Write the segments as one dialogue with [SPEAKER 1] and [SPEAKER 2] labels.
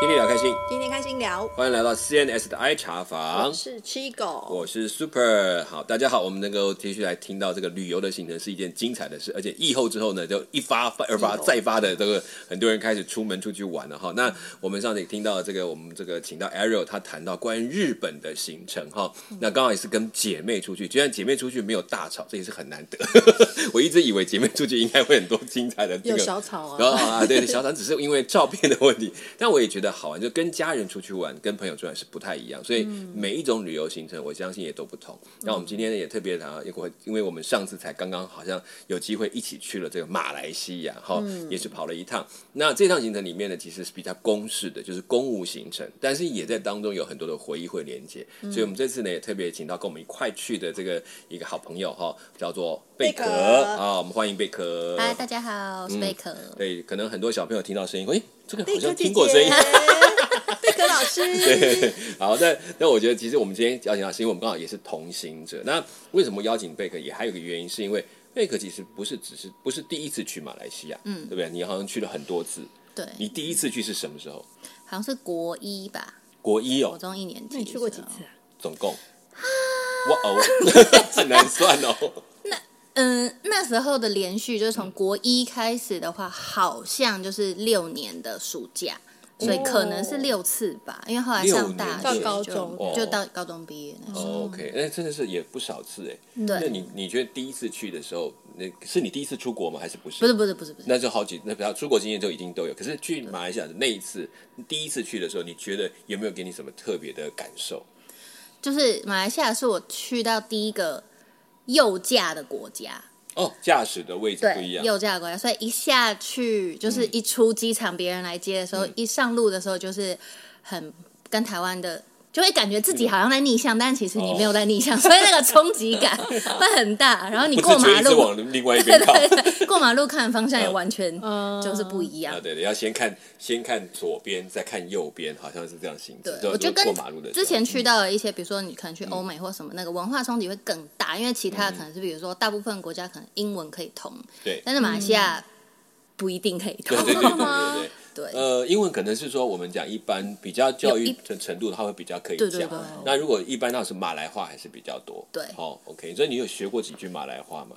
[SPEAKER 1] 今天聊开心，
[SPEAKER 2] 今天开心聊，
[SPEAKER 1] 欢迎来到 CNS 的 I 茶房
[SPEAKER 2] 我。是七狗，
[SPEAKER 1] 我是 Super，好，大家好，我们能够继续来听到这个旅游的行程是一件精彩的事，而且疫后之后呢，就一发二发
[SPEAKER 2] 疫后
[SPEAKER 1] 再发的这个很多人开始出门出去玩了哈。那我们上次也听到这个，我们这个请到 Ariel，他谈到关于日本的行程哈，那刚好也是跟姐妹出去，居然姐妹出去没有大吵，这也是很难得。 我一直以为姐妹出去应该会很多精彩的这
[SPEAKER 2] 有
[SPEAKER 1] 个
[SPEAKER 2] 小草
[SPEAKER 1] 然
[SPEAKER 2] 啊，
[SPEAKER 1] 后啊，对，小三只是因为照片的问题， 但我也觉得好玩，就跟家人出去玩，跟朋友出来是不太一样，所以每一种旅游行程，我相信也都不同。那我们今天也特别谈到，因为因为我们上次才刚刚好像有机会一起去了这个马来西亚，哈，也是跑了一趟。那这趟行程里面呢，其实是比较公式的，就是公务行程，但是也在当中有很多的回忆会连接，所以我们这次呢也特别请到跟我们一块去的这个一个好朋友哈，叫做贝壳
[SPEAKER 2] 贝壳
[SPEAKER 1] 啊，我们欢迎贝壳。
[SPEAKER 3] 嗨，大家好，我是贝壳。
[SPEAKER 1] 对，可能很多小朋友听到声音，诶，这个好
[SPEAKER 2] 贝
[SPEAKER 3] 哎
[SPEAKER 1] 像
[SPEAKER 2] 壳姐
[SPEAKER 1] 听
[SPEAKER 2] 姐啊
[SPEAKER 1] 过声音。，
[SPEAKER 2] 贝壳老师，
[SPEAKER 1] 好，那那我觉得其实我们今天邀请到，是因为我们刚好也是同行者。那为什么邀请贝克？也还有一个原因，是因为贝克其实不是只是不是第一次去马来西亚，嗯，对不对？你好像去了很多次。
[SPEAKER 3] 对，
[SPEAKER 1] 你第一次去是什么时候？
[SPEAKER 3] 好像是国一吧，
[SPEAKER 1] 国一
[SPEAKER 3] 国
[SPEAKER 1] 哦，
[SPEAKER 3] 中一年级。
[SPEAKER 2] 那你去过几次？啊？
[SPEAKER 1] 总共。哇哦， 很难算哦。
[SPEAKER 3] 嗯，那时候的连续就是从国一开始的话，好像就是六年的暑假，所以可能是六次吧。因为后来上大
[SPEAKER 1] 嗯哦六
[SPEAKER 3] 学
[SPEAKER 1] 年
[SPEAKER 3] 就
[SPEAKER 1] 到
[SPEAKER 2] 高中
[SPEAKER 1] 哦
[SPEAKER 3] 就到高中毕业那时候。
[SPEAKER 1] OK，那真的是也不少次哎。那
[SPEAKER 3] 对，
[SPEAKER 1] 你你觉得第一次去的时候，那是你第一次出国吗？还是不是？
[SPEAKER 3] 不是不是不是不是，
[SPEAKER 1] 那就好几，那比较出国经验就已经都有。可是去马来西亚的那一次，第一次去的时候，你觉得有没有给你什么特别的感受？
[SPEAKER 3] 就是马来西亚是我去到第一个右驾的国家。
[SPEAKER 1] 哦，驾驶的位置不一
[SPEAKER 3] 对，
[SPEAKER 1] 样，嗯
[SPEAKER 3] 右驾的国家，所以一下去就是一出机场，别人来接的时候，一上路的时候就是很跟台湾的。就会感觉自己
[SPEAKER 1] 嗯
[SPEAKER 3] 好像在逆向，但其实你没有在逆
[SPEAKER 1] 哦
[SPEAKER 3] 向，所以那个冲击 感会很大。然后你
[SPEAKER 1] 不
[SPEAKER 3] 过
[SPEAKER 1] 是
[SPEAKER 3] 马
[SPEAKER 1] 觉得一直
[SPEAKER 3] 路，
[SPEAKER 1] 往另外一
[SPEAKER 3] 对
[SPEAKER 1] 边靠。
[SPEAKER 3] 对对，过马路看方向也
[SPEAKER 1] 嗯
[SPEAKER 3] 完全就是不一样
[SPEAKER 1] 啊，。对对，要先看先看左边，再看右边，好像是这样行驶。
[SPEAKER 3] 对，我觉
[SPEAKER 1] 就
[SPEAKER 3] 得跟
[SPEAKER 1] 过马路的时嗯候
[SPEAKER 3] 之前去到了一些，比如说你可能去欧美或什么，那个文化冲击会更大，因为
[SPEAKER 1] 嗯
[SPEAKER 3] 其他的可能是比如说大部分国家可能英文可以通，
[SPEAKER 1] 对
[SPEAKER 3] 但是马来西亚不一定可以
[SPEAKER 1] 对
[SPEAKER 3] 通
[SPEAKER 1] 嗯对。对对对对对。
[SPEAKER 3] 对，
[SPEAKER 1] 呃，英文可能是说我们讲一般比较教
[SPEAKER 3] 有
[SPEAKER 1] 育
[SPEAKER 3] 一
[SPEAKER 1] 的程度，他会比较可以
[SPEAKER 3] 对对
[SPEAKER 1] 讲
[SPEAKER 3] 对。
[SPEAKER 1] 那如果一般那是马来话还是比较多。
[SPEAKER 3] 对
[SPEAKER 1] 哦，OK，所以你有学过几句马来话吗？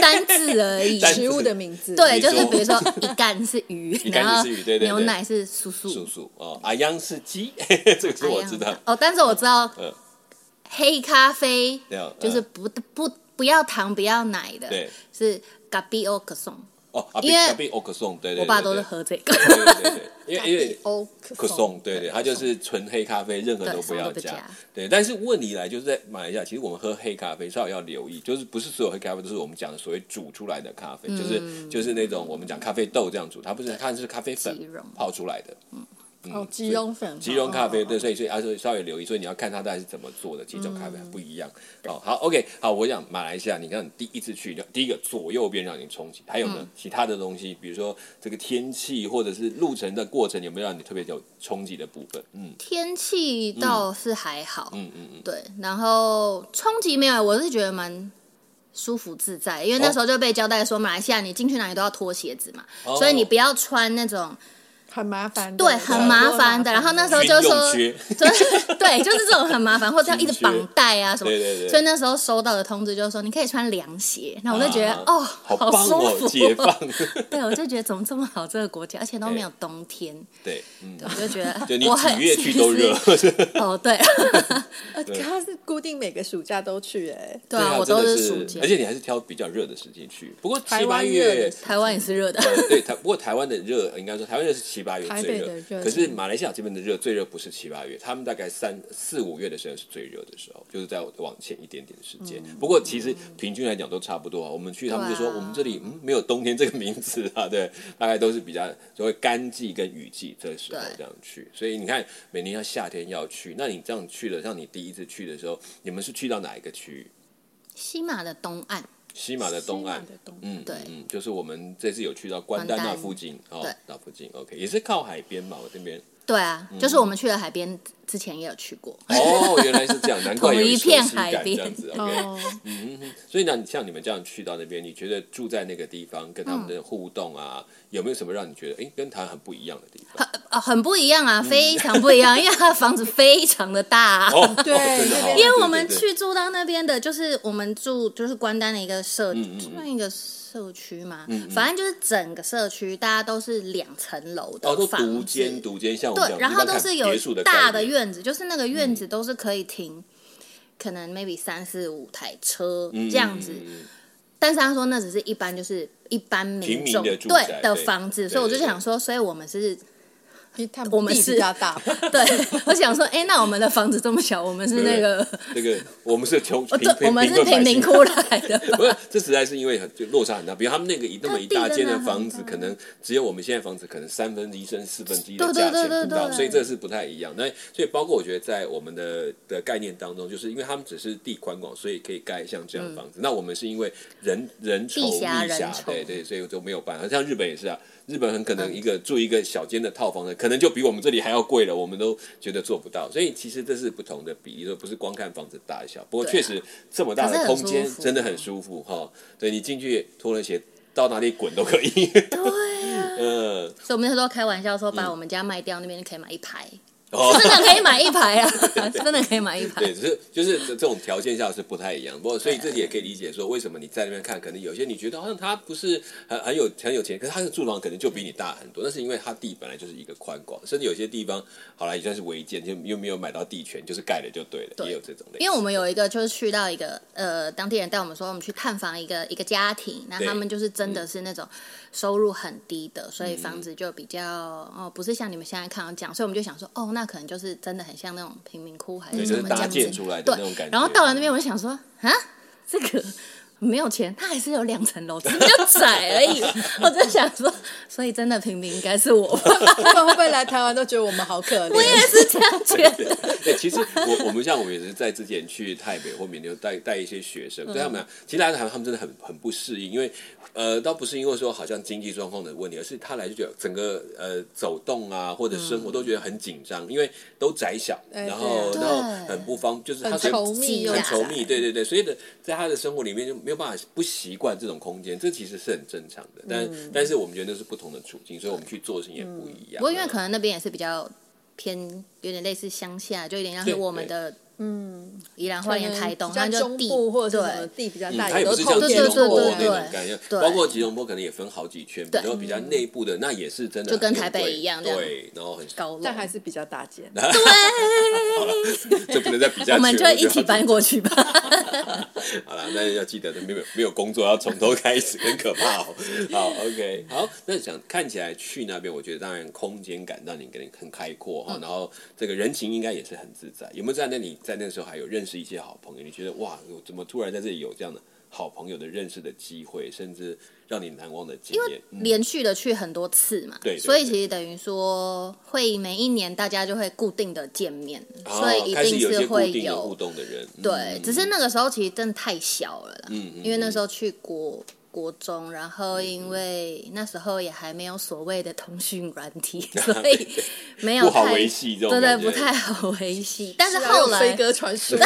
[SPEAKER 3] 单字而已。
[SPEAKER 1] 单字
[SPEAKER 2] 食物的名字，
[SPEAKER 3] 对，
[SPEAKER 1] 你
[SPEAKER 3] 就是
[SPEAKER 1] 说
[SPEAKER 3] 比如说一干是鱼，
[SPEAKER 1] 一
[SPEAKER 3] 然
[SPEAKER 1] 干
[SPEAKER 3] 后
[SPEAKER 1] 是鱼对对对
[SPEAKER 3] 牛奶是叔叔，
[SPEAKER 1] 叔叔哦，阿央是鸡， 这个是我知
[SPEAKER 3] 哎
[SPEAKER 1] 道
[SPEAKER 3] 呀。哦，但是我知道
[SPEAKER 1] 嗯
[SPEAKER 3] 黑咖啡
[SPEAKER 1] 这样
[SPEAKER 3] 就是不不不要糖不要奶的，
[SPEAKER 1] 对
[SPEAKER 3] 是 g a b i o k s o n
[SPEAKER 1] 哦，阿
[SPEAKER 3] 因为
[SPEAKER 1] 阿贝欧克松，对对，对
[SPEAKER 3] 我爸都是。喝这个。
[SPEAKER 1] 对对对对，因 为因为
[SPEAKER 2] 哦，
[SPEAKER 1] 可颂，对对，它就是纯黑咖啡，任何
[SPEAKER 3] 对
[SPEAKER 1] 都不要
[SPEAKER 3] 什么都不
[SPEAKER 1] 加
[SPEAKER 3] 加。
[SPEAKER 1] 对，但是问题来就是在马来西亚，其实我们喝黑咖啡稍微要留意，就是不是所有黑咖啡都是我们讲的所谓煮出来的咖啡，
[SPEAKER 3] 嗯
[SPEAKER 1] 就是就是那种我们讲咖啡豆这样煮，它不是它是咖啡粉嗯
[SPEAKER 3] 即溶
[SPEAKER 1] 泡出来的。
[SPEAKER 2] 哦，吉隆粉，
[SPEAKER 1] 即溶咖啡，
[SPEAKER 2] 哦
[SPEAKER 1] 对，所以所以还是稍微留意，所以你要看它大概是怎么做的，
[SPEAKER 3] 嗯
[SPEAKER 1] 几种咖啡还不一样。哦，好，OK，好，我讲马来西亚，你看你第一次去，第一个左右边让你冲击，还有
[SPEAKER 3] 嗯
[SPEAKER 1] 呢、其他的东西，比如说这个天气或者是路程的过程，有没有让你特别有冲击的部分？嗯
[SPEAKER 3] 天气倒是还好，
[SPEAKER 1] 嗯嗯嗯，
[SPEAKER 3] 对，然后冲击没有，我是觉得蛮舒服自在，因为那时候就被交代说，马来西亚你进去哪里都要脱鞋子嘛，
[SPEAKER 1] 哦
[SPEAKER 3] 所以你不要穿那种
[SPEAKER 2] 很麻烦的，
[SPEAKER 3] 对很麻烦的。然后那时候就
[SPEAKER 1] 军
[SPEAKER 3] 说
[SPEAKER 1] 用，靴，
[SPEAKER 3] 对 对，就是这种很 麻烦，或者要一直绑带啊什么。
[SPEAKER 1] 对对对
[SPEAKER 3] 所以那时候收到的通知就是说，你可以穿凉鞋。那我就觉得、
[SPEAKER 1] 啊
[SPEAKER 3] 哦，
[SPEAKER 1] 好棒
[SPEAKER 3] 舒
[SPEAKER 1] 哦，
[SPEAKER 3] 服、
[SPEAKER 1] 解 放。，
[SPEAKER 3] 对，我就觉得怎么这么好这个国家，而且都没有冬天，
[SPEAKER 1] 对，嗯，
[SPEAKER 3] 我就觉得
[SPEAKER 1] 就你
[SPEAKER 3] 我
[SPEAKER 1] 几
[SPEAKER 3] 很
[SPEAKER 1] 月去都热。
[SPEAKER 3] 哦，对
[SPEAKER 2] 呃，他是固定每个暑假都去，哎，
[SPEAKER 3] 对啊，我
[SPEAKER 1] 真
[SPEAKER 3] 都
[SPEAKER 1] 的
[SPEAKER 3] 暑假
[SPEAKER 1] 而，且你还是挑比较热的时间去。不过七
[SPEAKER 2] 台
[SPEAKER 1] 八
[SPEAKER 2] 湾热
[SPEAKER 1] 月
[SPEAKER 2] 的时
[SPEAKER 3] 台湾也是热的。
[SPEAKER 1] 呃对台，不过台湾的热，应该说台湾热是七八月
[SPEAKER 2] 台
[SPEAKER 1] 最
[SPEAKER 2] 北
[SPEAKER 1] 热，
[SPEAKER 2] 的热
[SPEAKER 1] 可是马来西亚这边的热最热不是七八月，他们大概三四五月的时候是最热的时候，就是在往前一点点的时间。
[SPEAKER 2] 嗯
[SPEAKER 1] 不过其实平均来讲都差不多啊。我们去他们就说、
[SPEAKER 3] 对啊
[SPEAKER 1] 我们这里嗯没有冬天这个名字啊，对，大概都是比较所谓干季跟雨季这时候
[SPEAKER 3] 对
[SPEAKER 1] 这样去。所以你看每年要夏天要去，那你这样去了，像你第一次去的时候，你们是去到哪一个区域？
[SPEAKER 3] 西马的东岸，
[SPEAKER 1] 西马的东岸
[SPEAKER 2] 西马的东岸，
[SPEAKER 1] 嗯，
[SPEAKER 3] 对
[SPEAKER 1] 嗯，嗯就是我们这次有去到关丹
[SPEAKER 3] 关
[SPEAKER 1] 那
[SPEAKER 3] 丹
[SPEAKER 1] 附近，哦
[SPEAKER 3] 对，
[SPEAKER 1] 那附近，OK，也是靠海边嘛，我这边
[SPEAKER 3] 对啊，就是我们去了海边之前也有去过。
[SPEAKER 1] 哦，原来是这样，难怪有
[SPEAKER 3] 同一片
[SPEAKER 1] 熟悉感
[SPEAKER 3] 海边
[SPEAKER 1] 这样子。OK，
[SPEAKER 2] 哦，
[SPEAKER 1] 所以呢，像你们这样去到那边，你觉得住在那个地方跟他们
[SPEAKER 3] 嗯
[SPEAKER 1] 的互动啊，有没有什么让你觉得哎、诶跟台湾很不一样的地方？
[SPEAKER 3] 啊，很不一样
[SPEAKER 1] 嗯
[SPEAKER 3] 啊，非常不一样，因为它的房子非常的大、啊。
[SPEAKER 1] 哦，哦
[SPEAKER 2] 对
[SPEAKER 1] 真的哦
[SPEAKER 2] 那边
[SPEAKER 3] 因为我们
[SPEAKER 1] 对对对
[SPEAKER 3] 去住到那边的，就是我们住就是关丹的一个社，
[SPEAKER 1] 嗯嗯嗯
[SPEAKER 3] 算一个社区嘛，
[SPEAKER 1] 嗯嗯
[SPEAKER 3] 反正就是整个社区大家都是两层楼的
[SPEAKER 1] 哦，都
[SPEAKER 3] 房子，
[SPEAKER 1] 独间独间，像我们
[SPEAKER 3] 对，
[SPEAKER 1] 讲，
[SPEAKER 3] 然后都是有
[SPEAKER 1] 别墅的
[SPEAKER 3] 大
[SPEAKER 1] 概
[SPEAKER 3] 的
[SPEAKER 1] 念嗯
[SPEAKER 3] 院子，就是那个院子都是可以停，可能 maybe 三四五台车
[SPEAKER 1] 嗯
[SPEAKER 3] 这样子。
[SPEAKER 1] 嗯嗯嗯
[SPEAKER 3] 但是他说那只是一般就是一般
[SPEAKER 1] 平
[SPEAKER 3] 民
[SPEAKER 1] 民
[SPEAKER 3] 众
[SPEAKER 1] 的住宅
[SPEAKER 3] 对的
[SPEAKER 1] 对
[SPEAKER 3] 房子，
[SPEAKER 1] 对
[SPEAKER 3] 所以我就
[SPEAKER 1] 对对
[SPEAKER 3] 想说，所以我们是
[SPEAKER 2] 因为他
[SPEAKER 3] 我们
[SPEAKER 2] 地
[SPEAKER 3] 是
[SPEAKER 2] 比较大，
[SPEAKER 3] 对， 我想说，哎、那我们的房子这么小，我们是那个，
[SPEAKER 1] 这个我们是穷
[SPEAKER 3] 哦，
[SPEAKER 1] 贫
[SPEAKER 3] 对，我们是贫民。
[SPEAKER 1] 贫困百姓
[SPEAKER 3] 窟来 的吧，
[SPEAKER 1] 不是，这实在是因为很就落差很大。比如他们那个一那么一大间的房子，
[SPEAKER 3] 它地
[SPEAKER 1] 可
[SPEAKER 3] 真的很大
[SPEAKER 1] 能只有我们现在房子可能三分之一甚至四分之一的
[SPEAKER 3] 对对
[SPEAKER 1] 价钱
[SPEAKER 3] 对对
[SPEAKER 1] 不到，
[SPEAKER 3] 对
[SPEAKER 1] 所以这是不太一样。那所以包括我觉得在我们的的概念当中，就是因为他们只是地宽广，所以可以盖像这样的房子。那我们是因为人人稠
[SPEAKER 3] 嗯地狭
[SPEAKER 1] 密
[SPEAKER 3] 人
[SPEAKER 1] 狭，
[SPEAKER 3] 稠嗯
[SPEAKER 1] 对对，所以就没有办法。像日本也是啊，日本很可能一个住一个小间的套房的，可能就比我们这里还要贵了，我们都觉得做不到。所以其实这是不同的比例，就不是光看房子大小。不过
[SPEAKER 3] 对啊
[SPEAKER 1] 确实这么大
[SPEAKER 3] 可
[SPEAKER 1] 的
[SPEAKER 3] 是很
[SPEAKER 1] 空
[SPEAKER 3] 舒
[SPEAKER 1] 间
[SPEAKER 3] 服啊
[SPEAKER 1] 真的很舒服哈、对你进去脱了鞋，到哪里滚都可以。
[SPEAKER 3] 对啊，
[SPEAKER 1] 嗯，
[SPEAKER 3] 所以我们那时候开玩笑说，把我们家卖掉，那边就可以买一排，
[SPEAKER 1] 哦，
[SPEAKER 3] 真的可以买一排 啊，真的可以买一排
[SPEAKER 1] 对，，只是就是这种条件下是不太一样。不过，所以
[SPEAKER 3] 对
[SPEAKER 1] 这也可以理解说，为什么你在那边看，可能有些你觉得好像他不是很很有很有钱，可是他的住房可能就比你大很多。那是因为他地本来就是一个宽广，甚至有些地方好了也算是违建，就又没有买到地权，就是盖了就对了，
[SPEAKER 3] 对
[SPEAKER 1] 也有这种类似。
[SPEAKER 3] 因为我们有一个就是去到一个呃当地人带我们说，我们去探访一个一个家庭，那
[SPEAKER 1] 对嗯
[SPEAKER 3] 他们就是真的是那种收入很低的，所以房子就比较哦不是像你们现在看到这样，所以我们就想说哦那可能就是真的很像那种贫民窟还
[SPEAKER 1] 对
[SPEAKER 3] 是
[SPEAKER 1] 就
[SPEAKER 3] 什
[SPEAKER 1] 是
[SPEAKER 3] 么这
[SPEAKER 1] 搭
[SPEAKER 3] 样
[SPEAKER 1] 建
[SPEAKER 3] 子，
[SPEAKER 1] 出来的那种感
[SPEAKER 3] 对
[SPEAKER 1] 觉。。
[SPEAKER 3] 然后到了那边我就想说啊这个。没有钱，他还是有两层楼，只是比较窄 而已。我就想说，所以真的平民应该是我吧，
[SPEAKER 2] 会不会来台湾都觉得我们好可
[SPEAKER 3] 我也
[SPEAKER 2] 怜？
[SPEAKER 3] 是这样觉得。
[SPEAKER 1] 对， 其实我我们像我们也是在之前去台北或缅甸带带一些学生，对他们
[SPEAKER 3] 嗯
[SPEAKER 1] 讲，其实来台湾他们真的很很不适应，因为呃，倒不是因为说好像经济状况的问题，而是他来就觉得整个呃走动啊或者生活都觉得很紧张，因为都窄小，
[SPEAKER 2] 哎
[SPEAKER 1] 然后
[SPEAKER 3] 嗯对
[SPEAKER 1] 然后很不方，就是他
[SPEAKER 2] 很
[SPEAKER 1] 随
[SPEAKER 2] 稠密哦又
[SPEAKER 1] 很
[SPEAKER 3] 窄
[SPEAKER 1] 稠密，对对对，所以呢，在他的生活里面就没有办法不习惯这种空间，这其实是很正常的，但但是我们觉得那是不同的处境，所以我们去做的事情也不一样。嗯
[SPEAKER 3] 嗯不过因为可能那边也是比较偏，有点类似乡下，就有点像是我们的嗯宜兰花莲、台东，
[SPEAKER 2] 像
[SPEAKER 3] 那就
[SPEAKER 2] 中
[SPEAKER 3] 地
[SPEAKER 2] 部或者是什么
[SPEAKER 3] 对。
[SPEAKER 2] 地比较
[SPEAKER 1] 嗯，
[SPEAKER 2] 大，
[SPEAKER 1] 它也
[SPEAKER 2] 都
[SPEAKER 1] 不是像
[SPEAKER 2] 透
[SPEAKER 3] 对
[SPEAKER 1] 吉
[SPEAKER 2] 天
[SPEAKER 3] 对
[SPEAKER 1] 隆
[SPEAKER 3] 对
[SPEAKER 1] 坡
[SPEAKER 2] 过
[SPEAKER 1] 那
[SPEAKER 3] 对
[SPEAKER 1] 种感觉，
[SPEAKER 3] 对
[SPEAKER 1] 包括吉隆坡可能也分好几圈，
[SPEAKER 3] 对嗯
[SPEAKER 1] 然后比较内部的那也是真的
[SPEAKER 3] 就跟
[SPEAKER 1] 很
[SPEAKER 3] 台北
[SPEAKER 1] 贵
[SPEAKER 3] 一样这样
[SPEAKER 1] 对，然后很
[SPEAKER 3] 高楼，
[SPEAKER 2] 但还是比较大间。
[SPEAKER 1] 就不能再比较。
[SPEAKER 3] 我们就一起搬过去吧。
[SPEAKER 1] 好了，那要记得没有没有工作，要从头开始，很可怕 哦。好，OK，好，那想看起来去那边，我觉得当然空间感让你给你很开阔
[SPEAKER 3] 嗯
[SPEAKER 1] 哈、然后这个人情应该也是很自在。有没有在那里在那时候还有认识一些好朋友？你觉得哇，我怎么突然在这里有这样的好朋友的认识的机会，甚至让你难忘的经验？嗯
[SPEAKER 3] 连续的去很多次嘛，
[SPEAKER 1] 对对
[SPEAKER 3] 所以
[SPEAKER 1] 对
[SPEAKER 3] 其实等于说会每一年大家就会固定的见面，
[SPEAKER 1] 哦
[SPEAKER 3] 所以一
[SPEAKER 1] 开始
[SPEAKER 3] 定
[SPEAKER 1] 有一
[SPEAKER 3] 是
[SPEAKER 1] 些固
[SPEAKER 3] 会
[SPEAKER 1] 定的互
[SPEAKER 3] 有。
[SPEAKER 1] 动的人，嗯
[SPEAKER 3] 对，只是那个时候其实真的太小了啦，
[SPEAKER 1] 嗯嗯嗯
[SPEAKER 3] 因为那时候去国国中，然后因为那时候也还没有所谓的通讯软 体，所以没有
[SPEAKER 1] 不好
[SPEAKER 3] 太
[SPEAKER 1] 维系这种
[SPEAKER 3] 对对，
[SPEAKER 1] 感觉
[SPEAKER 3] 不太好维系。但是
[SPEAKER 2] 是
[SPEAKER 3] 后
[SPEAKER 2] 飞
[SPEAKER 3] 来
[SPEAKER 2] 鸽传书，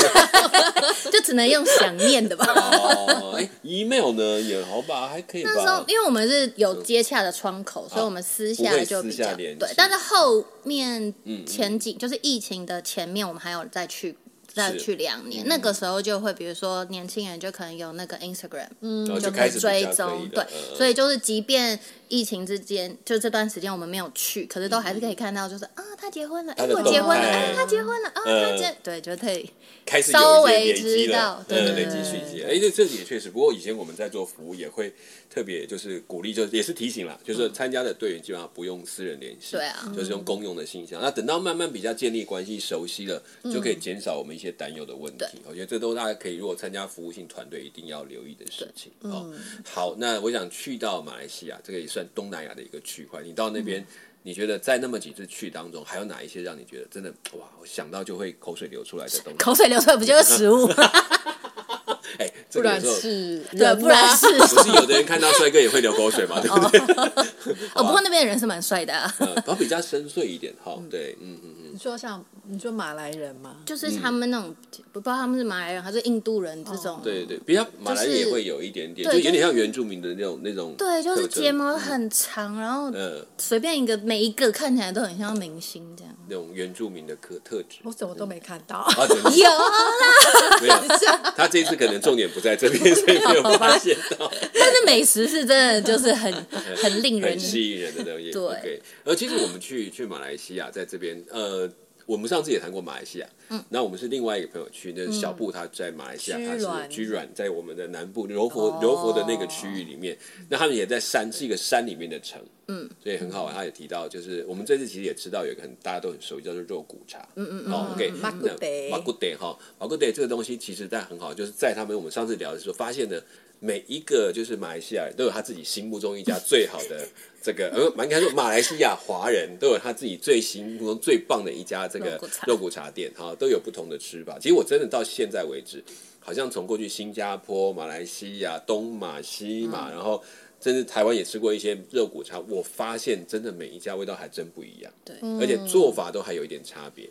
[SPEAKER 3] 就只能用想念的 吧。
[SPEAKER 1] 哦，哎，email 呢也好吧，还可以
[SPEAKER 3] 那时候
[SPEAKER 1] 吧。
[SPEAKER 3] 因为我们是有接洽的窗口，所以我们私
[SPEAKER 1] 啊嗯不
[SPEAKER 3] 下
[SPEAKER 1] 会
[SPEAKER 3] 就比
[SPEAKER 1] 私
[SPEAKER 3] 较
[SPEAKER 1] 下联系
[SPEAKER 3] 对。但是后面
[SPEAKER 1] 嗯嗯
[SPEAKER 3] 前几就是疫情的前面，我们还有再去。再去两年，
[SPEAKER 1] 嗯
[SPEAKER 3] 那个时候就会，比如说年轻人就可能有那个 Instagram，嗯，
[SPEAKER 1] 然后就
[SPEAKER 3] 可
[SPEAKER 1] 开
[SPEAKER 3] 以
[SPEAKER 1] 始比
[SPEAKER 3] 追
[SPEAKER 1] 较可
[SPEAKER 3] 踪
[SPEAKER 1] 以，
[SPEAKER 3] 对
[SPEAKER 1] 了，嗯
[SPEAKER 3] 所以就是即便疫情之间，就这段时间我们没有去，可是都还是可以看到，就是啊，他结婚了，
[SPEAKER 1] 嗯他
[SPEAKER 3] 哎，
[SPEAKER 1] 的
[SPEAKER 3] 我结婚了，
[SPEAKER 1] 动态
[SPEAKER 3] 哎，他结婚了，啊，
[SPEAKER 1] 嗯
[SPEAKER 3] 他结，对，就可以，
[SPEAKER 1] 开始
[SPEAKER 3] 稍
[SPEAKER 1] 有一些
[SPEAKER 3] 微
[SPEAKER 1] 累积
[SPEAKER 3] 知
[SPEAKER 1] 了
[SPEAKER 3] 道，对
[SPEAKER 1] 嗯，累
[SPEAKER 3] 对
[SPEAKER 1] 积
[SPEAKER 3] 对
[SPEAKER 1] 讯息。哎，这这也确实，不过以前我们在做服务也会特别就是鼓励，就是也是提醒啦，就是参加的队员基本上不用私人联系，
[SPEAKER 3] 嗯对啊
[SPEAKER 1] 就是用公用的信箱。那等到慢慢比较建立关系、熟悉了，就可以减少我们一些担忧的问题
[SPEAKER 3] 嗯
[SPEAKER 1] 哦
[SPEAKER 3] 对。
[SPEAKER 1] 我觉得这都大家可以如果参加服务性团队一定要留意的事情。
[SPEAKER 3] 嗯
[SPEAKER 1] 哦，好，那我想去到马来西亚，这个也算东南亚的一个区块，你到那
[SPEAKER 3] 嗯
[SPEAKER 1] 边。你觉得在那么几次去当中，还有哪一些让你觉得真的哇，我想到就会口水流出来的东西？
[SPEAKER 3] 口水流出来不就是食 物吗？
[SPEAKER 1] 哎、
[SPEAKER 2] 不
[SPEAKER 1] 这个有
[SPEAKER 2] 然
[SPEAKER 1] 时候
[SPEAKER 2] 是啊
[SPEAKER 3] 对，
[SPEAKER 1] 啊
[SPEAKER 3] 不然是
[SPEAKER 1] 不是有的人看到帅哥也会流口水 嘛，对不
[SPEAKER 3] 哦
[SPEAKER 1] 对？
[SPEAKER 3] 哦，不过那边的人是蛮帅的啊。
[SPEAKER 1] 嗯，然后比较深邃一点哈，对，嗯嗯嗯，
[SPEAKER 2] 说像你说马来人吗？
[SPEAKER 3] 就是他们那种，不知道他们是马来人还是印度人这种，
[SPEAKER 1] 哦对对，比较马来人也
[SPEAKER 3] 就是
[SPEAKER 1] 会有一点点，就
[SPEAKER 3] 对
[SPEAKER 1] 有点
[SPEAKER 3] 就是
[SPEAKER 1] 像原住民的那种那种特
[SPEAKER 3] 对，
[SPEAKER 1] 征。嗯
[SPEAKER 3] 就是睫毛很长，然后
[SPEAKER 1] 呃
[SPEAKER 3] 随便一个每一个看起来都很像明星 这样。
[SPEAKER 1] 那种原住民的特特质。
[SPEAKER 2] 我怎么都没看到。
[SPEAKER 1] 啊， 对
[SPEAKER 3] 有
[SPEAKER 1] 没有，他这一次可能重点不在这边，所以没有发现到。
[SPEAKER 3] 但是美食是真的就是很很令人
[SPEAKER 1] 很吸引人的东西。
[SPEAKER 3] 对
[SPEAKER 1] OK，而其实我们去去马来西亚，在这边，呃，我们上次也谈过马来西亚，嗯，那我们是另外一个朋友去，那小布他在马来西亚，
[SPEAKER 2] 居
[SPEAKER 1] 他是
[SPEAKER 2] 软
[SPEAKER 1] 居软，哦在我们的南部柔佛柔佛的那个区域里面，那他们也在山，是一个山里面的城，嗯，所以很好玩。他也提到，就是我们这次其实也知道有一个很大家都很熟悉，叫做肉骨茶，嗯嗯嗯，OK，
[SPEAKER 2] 马古德
[SPEAKER 1] 马古德哈，马古德这个东西其实但很好，就是在他们我们上次聊的时候发现的。每一个就是马来西亚人都有他自己心目中一家最好的这个，呃，应该说马来西亚华人都有他自己最心目中最棒的一家这个
[SPEAKER 3] 肉骨茶
[SPEAKER 1] 肉骨茶店，哈，都有不同的吃法。其实我真的到现在为止，好像从过去新加坡、马来西亚、东马、西
[SPEAKER 3] 嗯
[SPEAKER 1] 马，然后甚至台湾也吃过一些肉骨茶，我发现真的每一家味道还真不一样。
[SPEAKER 3] 对，
[SPEAKER 1] 而且做法都还有一点差别。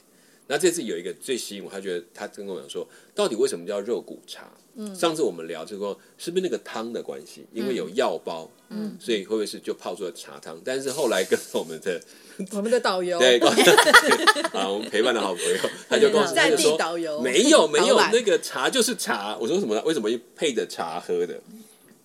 [SPEAKER 1] 那这次有一个最吸引我，他觉得他跟我讲说，到底为什么叫肉骨茶？嗯，上次我们聊这个是不是那个汤的关系？因为有药包，嗯，所以会不会是就泡出了茶汤？但是后来跟我们的
[SPEAKER 2] 我们的导游
[SPEAKER 1] 对， 跟啊，我们陪伴的好朋友，他就跟我他
[SPEAKER 2] 在
[SPEAKER 1] 就
[SPEAKER 2] 地
[SPEAKER 1] 说
[SPEAKER 2] 导游
[SPEAKER 1] 没 有没有
[SPEAKER 2] 老，板
[SPEAKER 1] 那个茶就是茶。我说什么呢？为什么配着茶喝的？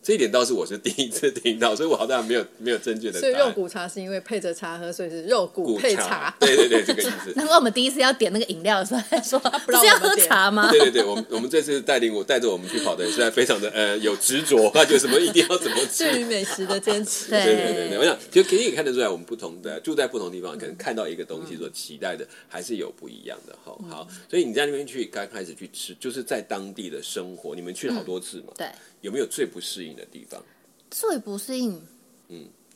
[SPEAKER 1] 这一点倒是我是第一次听到，所以我好像没有没有正确的
[SPEAKER 2] 所以
[SPEAKER 1] 答案
[SPEAKER 2] 肉骨茶是因为配着茶喝，所以是肉骨
[SPEAKER 1] 骨
[SPEAKER 2] 配
[SPEAKER 1] 茶
[SPEAKER 2] 茶，。
[SPEAKER 1] 对对对，这个意 思。
[SPEAKER 3] 难怪我们第一次要点那个饮料的时候，还说不
[SPEAKER 2] 让
[SPEAKER 3] 是要
[SPEAKER 2] 我们
[SPEAKER 3] 喝
[SPEAKER 2] 点
[SPEAKER 3] 茶吗？
[SPEAKER 1] 对对对，我们我们这次带领我带着我们去跑的人，实在非常的呃有执着，他就什么一定要怎么 吃。
[SPEAKER 2] 对于美食的坚持，
[SPEAKER 3] 对
[SPEAKER 1] 对对对对，我想其实可以看得出来，我们不同的住在不同地方，可能看到一个东
[SPEAKER 3] 嗯
[SPEAKER 1] 西所期待的还是有不一样的哈。好，所以你在那边去刚开始去吃，就是在当地的生活，你们去了好
[SPEAKER 3] 嗯
[SPEAKER 1] 多次嘛，
[SPEAKER 3] 对，
[SPEAKER 1] 有没有最不适应的地方？
[SPEAKER 3] 最不适应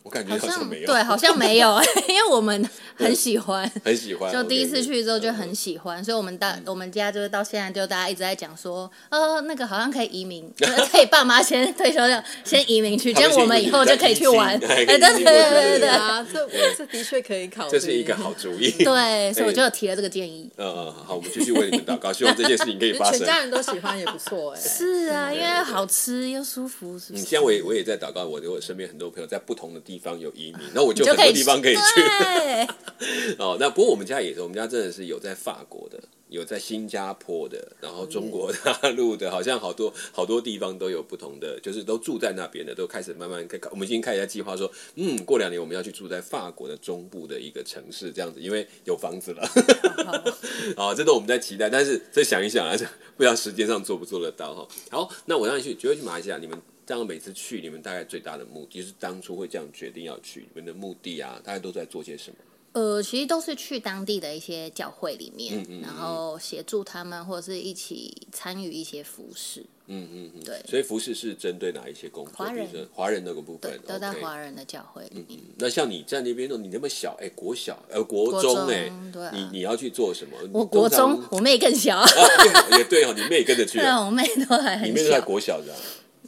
[SPEAKER 1] 我感觉
[SPEAKER 3] 好
[SPEAKER 1] 好像
[SPEAKER 3] 像
[SPEAKER 1] 没有，
[SPEAKER 3] 对，好像 没有，因为我们很喜欢。
[SPEAKER 1] 很喜欢。
[SPEAKER 3] 就第一次
[SPEAKER 1] OK，嗯
[SPEAKER 3] 去之后就很喜欢，所以我们大我们家就是到现在就大家一直在讲说，呃，那个好像可以移民， 就是可以爸妈先退休掉，先移民去，
[SPEAKER 1] 他
[SPEAKER 3] 这
[SPEAKER 1] 们
[SPEAKER 3] 样我们以后就可以去玩。
[SPEAKER 1] 先移民
[SPEAKER 3] 哎，
[SPEAKER 1] 可以
[SPEAKER 3] 对
[SPEAKER 1] 移民
[SPEAKER 3] 对对
[SPEAKER 1] 对
[SPEAKER 3] 对对
[SPEAKER 2] 啊，这这的确可以考虑。
[SPEAKER 1] 这是一个好主意。
[SPEAKER 3] 对，对，所以我就有提了这个建议。
[SPEAKER 1] 嗯嗯，好，我们继续为你们祷告，希望这件事情可以发
[SPEAKER 2] 全
[SPEAKER 1] 生。
[SPEAKER 2] 家人都喜欢也不错 哎。
[SPEAKER 3] 是啊，因为好吃又舒服，是
[SPEAKER 1] 嗯，
[SPEAKER 3] 不是？
[SPEAKER 1] 现在我也我也在祷告，我我身边很多朋友在不同的地方有移民，那我就
[SPEAKER 3] 你
[SPEAKER 1] 很
[SPEAKER 3] 就可
[SPEAKER 1] 多
[SPEAKER 3] 以
[SPEAKER 1] 地方可以去
[SPEAKER 3] 对，
[SPEAKER 1] 哦。那不过我们家也是，我们家真的是有在法国的，有在新加坡的，然后中国大陆的，好像好多好多地方都有不同的，就是都住在那边的，都开始慢慢开，我们已经开始在计划说，嗯，过两年我们要去住在法国的中部的一个城市这样子，因为有房子了。 啊，这都我们在期待，但是再想一想啊，这不知道时间上做不做得到哈。好，那我让你去，觉得去马来西亚，你们这样每次去，你们大概最大的目的就是当初会这样决定要去，你们的目的啊，大概都在做些什么？
[SPEAKER 3] 呃，其实都是去当地的一些教会里
[SPEAKER 1] 嗯
[SPEAKER 3] 面，然后协助他们，或者是一起参与一些服饰。
[SPEAKER 1] 嗯嗯嗯，
[SPEAKER 3] 对
[SPEAKER 1] 所以服饰是针对哪一些工作？
[SPEAKER 3] 华人
[SPEAKER 1] 比如说华人那个部
[SPEAKER 3] 对
[SPEAKER 1] 分，，
[SPEAKER 3] 都在
[SPEAKER 1] OK 嗯
[SPEAKER 3] 华人的教会里面。
[SPEAKER 1] 那像你在那边弄，你那么小，哎、国小呃国
[SPEAKER 3] 国
[SPEAKER 1] 中
[SPEAKER 3] 中
[SPEAKER 1] 哎、
[SPEAKER 3] 对啊
[SPEAKER 1] 你你要去做什么？
[SPEAKER 3] 我
[SPEAKER 1] 你通
[SPEAKER 3] 国
[SPEAKER 1] 常
[SPEAKER 3] 中，我妹更小，
[SPEAKER 1] 啊，对也 对哦，你妹跟着去
[SPEAKER 3] 对
[SPEAKER 1] 啊，
[SPEAKER 3] 啊，我妹都还
[SPEAKER 1] 你
[SPEAKER 3] 很
[SPEAKER 1] 妹都在
[SPEAKER 3] 小。
[SPEAKER 1] 国小的、啊，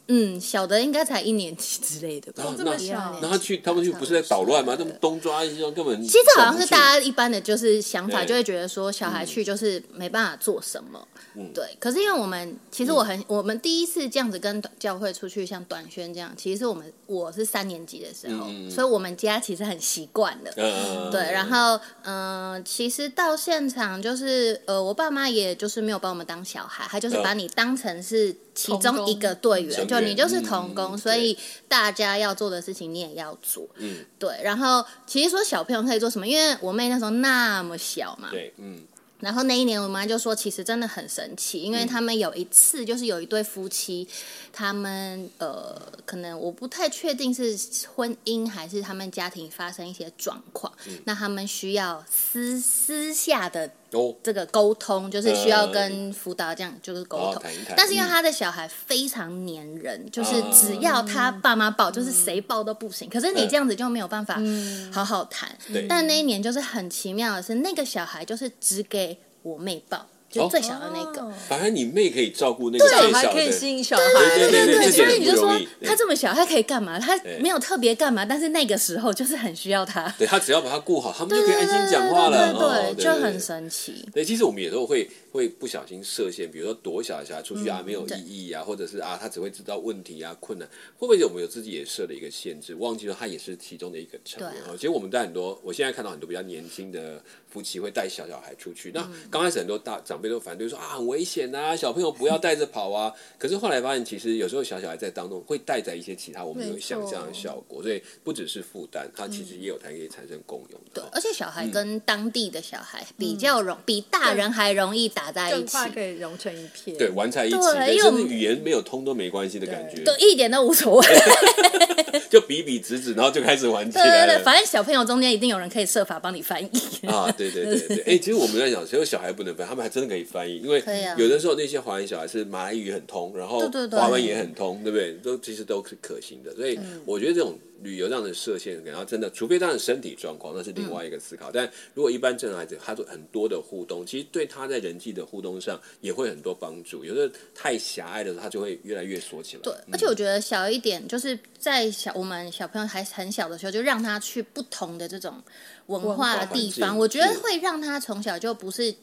[SPEAKER 3] 嗯，小的应该才一年级之类的吧。
[SPEAKER 1] 哦
[SPEAKER 2] 这么
[SPEAKER 1] 那
[SPEAKER 2] 小
[SPEAKER 3] 一二年级
[SPEAKER 1] 那他去他们去不是在捣乱吗？他们东抓西抓，根本
[SPEAKER 3] 其实这好
[SPEAKER 1] 上
[SPEAKER 3] 像是
[SPEAKER 1] 不去
[SPEAKER 3] 大家一般的就是想法，
[SPEAKER 1] 对嗯
[SPEAKER 3] 就会觉得说小孩去就是没办法做什么，对。可是因为我们其
[SPEAKER 1] 嗯
[SPEAKER 3] 实我很、我们第一次这样子跟教会出去，像短宣这样，其实是我们我是三年级的时候，
[SPEAKER 1] 嗯嗯嗯
[SPEAKER 3] 所以我们家其实很习惯的。
[SPEAKER 1] 嗯，
[SPEAKER 3] 对，然后嗯、呃其实到现场就是呃，我爸妈也就是没有把我们当小孩，他就是
[SPEAKER 1] 嗯
[SPEAKER 3] 把你当成是其
[SPEAKER 2] 童
[SPEAKER 3] 中
[SPEAKER 2] 工
[SPEAKER 3] 一个队员，
[SPEAKER 1] 成
[SPEAKER 3] 就你
[SPEAKER 1] 员
[SPEAKER 3] 就是
[SPEAKER 1] 嗯
[SPEAKER 3] 童工，
[SPEAKER 1] 嗯
[SPEAKER 3] 所
[SPEAKER 1] 对
[SPEAKER 3] 以大家要做的事情你也要做。
[SPEAKER 1] 嗯，
[SPEAKER 3] 对，然后其实说小朋友可以做什么，因为我妹那时候那么小嘛，
[SPEAKER 1] 对，嗯，
[SPEAKER 3] 然后那一年我妈就说，其实真的很神奇，因为他们有一次就是有一对夫妻，他们呃，可能我不太确定是婚姻还是他们家庭发生一些状况，那他们需要私私下的
[SPEAKER 1] 哦，
[SPEAKER 3] 这个沟通，就是需要跟辅导这样就是沟通。
[SPEAKER 1] 嗯哦谈一谈
[SPEAKER 3] 但是因为他的小孩非常粘人，就是
[SPEAKER 1] 啊
[SPEAKER 3] 只要他爸妈抱，就是谁抱都不行。可是你这样子就没有办法好好谈。
[SPEAKER 1] 嗯对
[SPEAKER 3] 但那一年就是很奇妙的是，那个小孩就是只给我妹抱。就最小的那个。
[SPEAKER 2] 哦
[SPEAKER 1] 反而你妹可以照顾那个最
[SPEAKER 2] 小
[SPEAKER 1] 小
[SPEAKER 2] 孩
[SPEAKER 1] 的，
[SPEAKER 2] 可以吸引小
[SPEAKER 1] 对
[SPEAKER 2] 孩，
[SPEAKER 1] 对对这
[SPEAKER 3] 所
[SPEAKER 1] 点
[SPEAKER 3] 以你就
[SPEAKER 1] 不容
[SPEAKER 3] 说
[SPEAKER 1] 易对
[SPEAKER 3] 他这么小，他可以干嘛？他
[SPEAKER 1] 对
[SPEAKER 3] 没有特别干嘛，但是那个时候就是很需要他。
[SPEAKER 1] 对她只要把她顾好，他们就可以安心讲话了。哦
[SPEAKER 3] 对对对，就很
[SPEAKER 1] 对
[SPEAKER 3] 神奇。
[SPEAKER 1] 对，其实我们有时候会会不小心设限，比如说躲小小孩出去
[SPEAKER 3] 嗯
[SPEAKER 1] 啊，没有意义啊，或者是啊，他只会知道问题啊、困难，会不会我们有自己也设了一个限制，忘记了他也是其中的一个成员
[SPEAKER 3] 对啊
[SPEAKER 1] 哦。其实我们带很多，我现在看到很多比较年轻的夫妻会带小小孩出去，那
[SPEAKER 3] 嗯
[SPEAKER 1] 刚开始很多大长辈都反对说啊，很危险啊，小朋友不要带着跑啊。可是后来发现，其实有时候小小孩在当中会带着一些其他我们没有
[SPEAKER 2] 没
[SPEAKER 1] 想象的
[SPEAKER 2] 错
[SPEAKER 1] 效果，所以不只是负担，它其实也有它可以产生共用的
[SPEAKER 3] 嗯对
[SPEAKER 1] 哦。，
[SPEAKER 3] 而且小孩跟当地的小孩比较容，比大人还容易打在一
[SPEAKER 2] 更
[SPEAKER 3] 起，
[SPEAKER 2] 快可以融成一片。
[SPEAKER 1] 对，玩在一起，
[SPEAKER 3] 对
[SPEAKER 1] 对
[SPEAKER 3] 因为我
[SPEAKER 1] 甚
[SPEAKER 3] 们
[SPEAKER 1] 至语言没有通都没关系的感觉，
[SPEAKER 3] 对，一点都无所谓。
[SPEAKER 1] 就比比指指，然后就开始玩起
[SPEAKER 3] 对对
[SPEAKER 1] 来
[SPEAKER 3] 对，
[SPEAKER 1] 了。
[SPEAKER 3] 反正小朋友中间一定有人可以设法帮你翻译。
[SPEAKER 1] 啊，对对对对， 哎、其实我们在想，只有小孩不能翻，他们还真的可以翻译，因为
[SPEAKER 3] 可以啊
[SPEAKER 1] 有的时候那些华人小孩是马来语很通，然后
[SPEAKER 3] 对对对
[SPEAKER 1] 华文也很通，对不对？都其实都是可行的，所以
[SPEAKER 3] 嗯
[SPEAKER 1] 我觉得这种旅游上的设限，然后真的，除非当然身体状况，那是另外一个思
[SPEAKER 3] 嗯
[SPEAKER 1] 考。但如果一般正常孩子，他做很多的互动，其实对他在人际的互动上也会很多帮助。有的太狭隘的时候，他就会越来越缩起来。嗯
[SPEAKER 3] 对，而且我觉得小一点，就是在小我们小朋友还很小的时候，就让他去不同的这种文
[SPEAKER 2] 文
[SPEAKER 3] 化
[SPEAKER 2] 化
[SPEAKER 3] 的地
[SPEAKER 1] 环境
[SPEAKER 3] 方，我觉得
[SPEAKER 1] 是
[SPEAKER 3] 会让他从小就不是，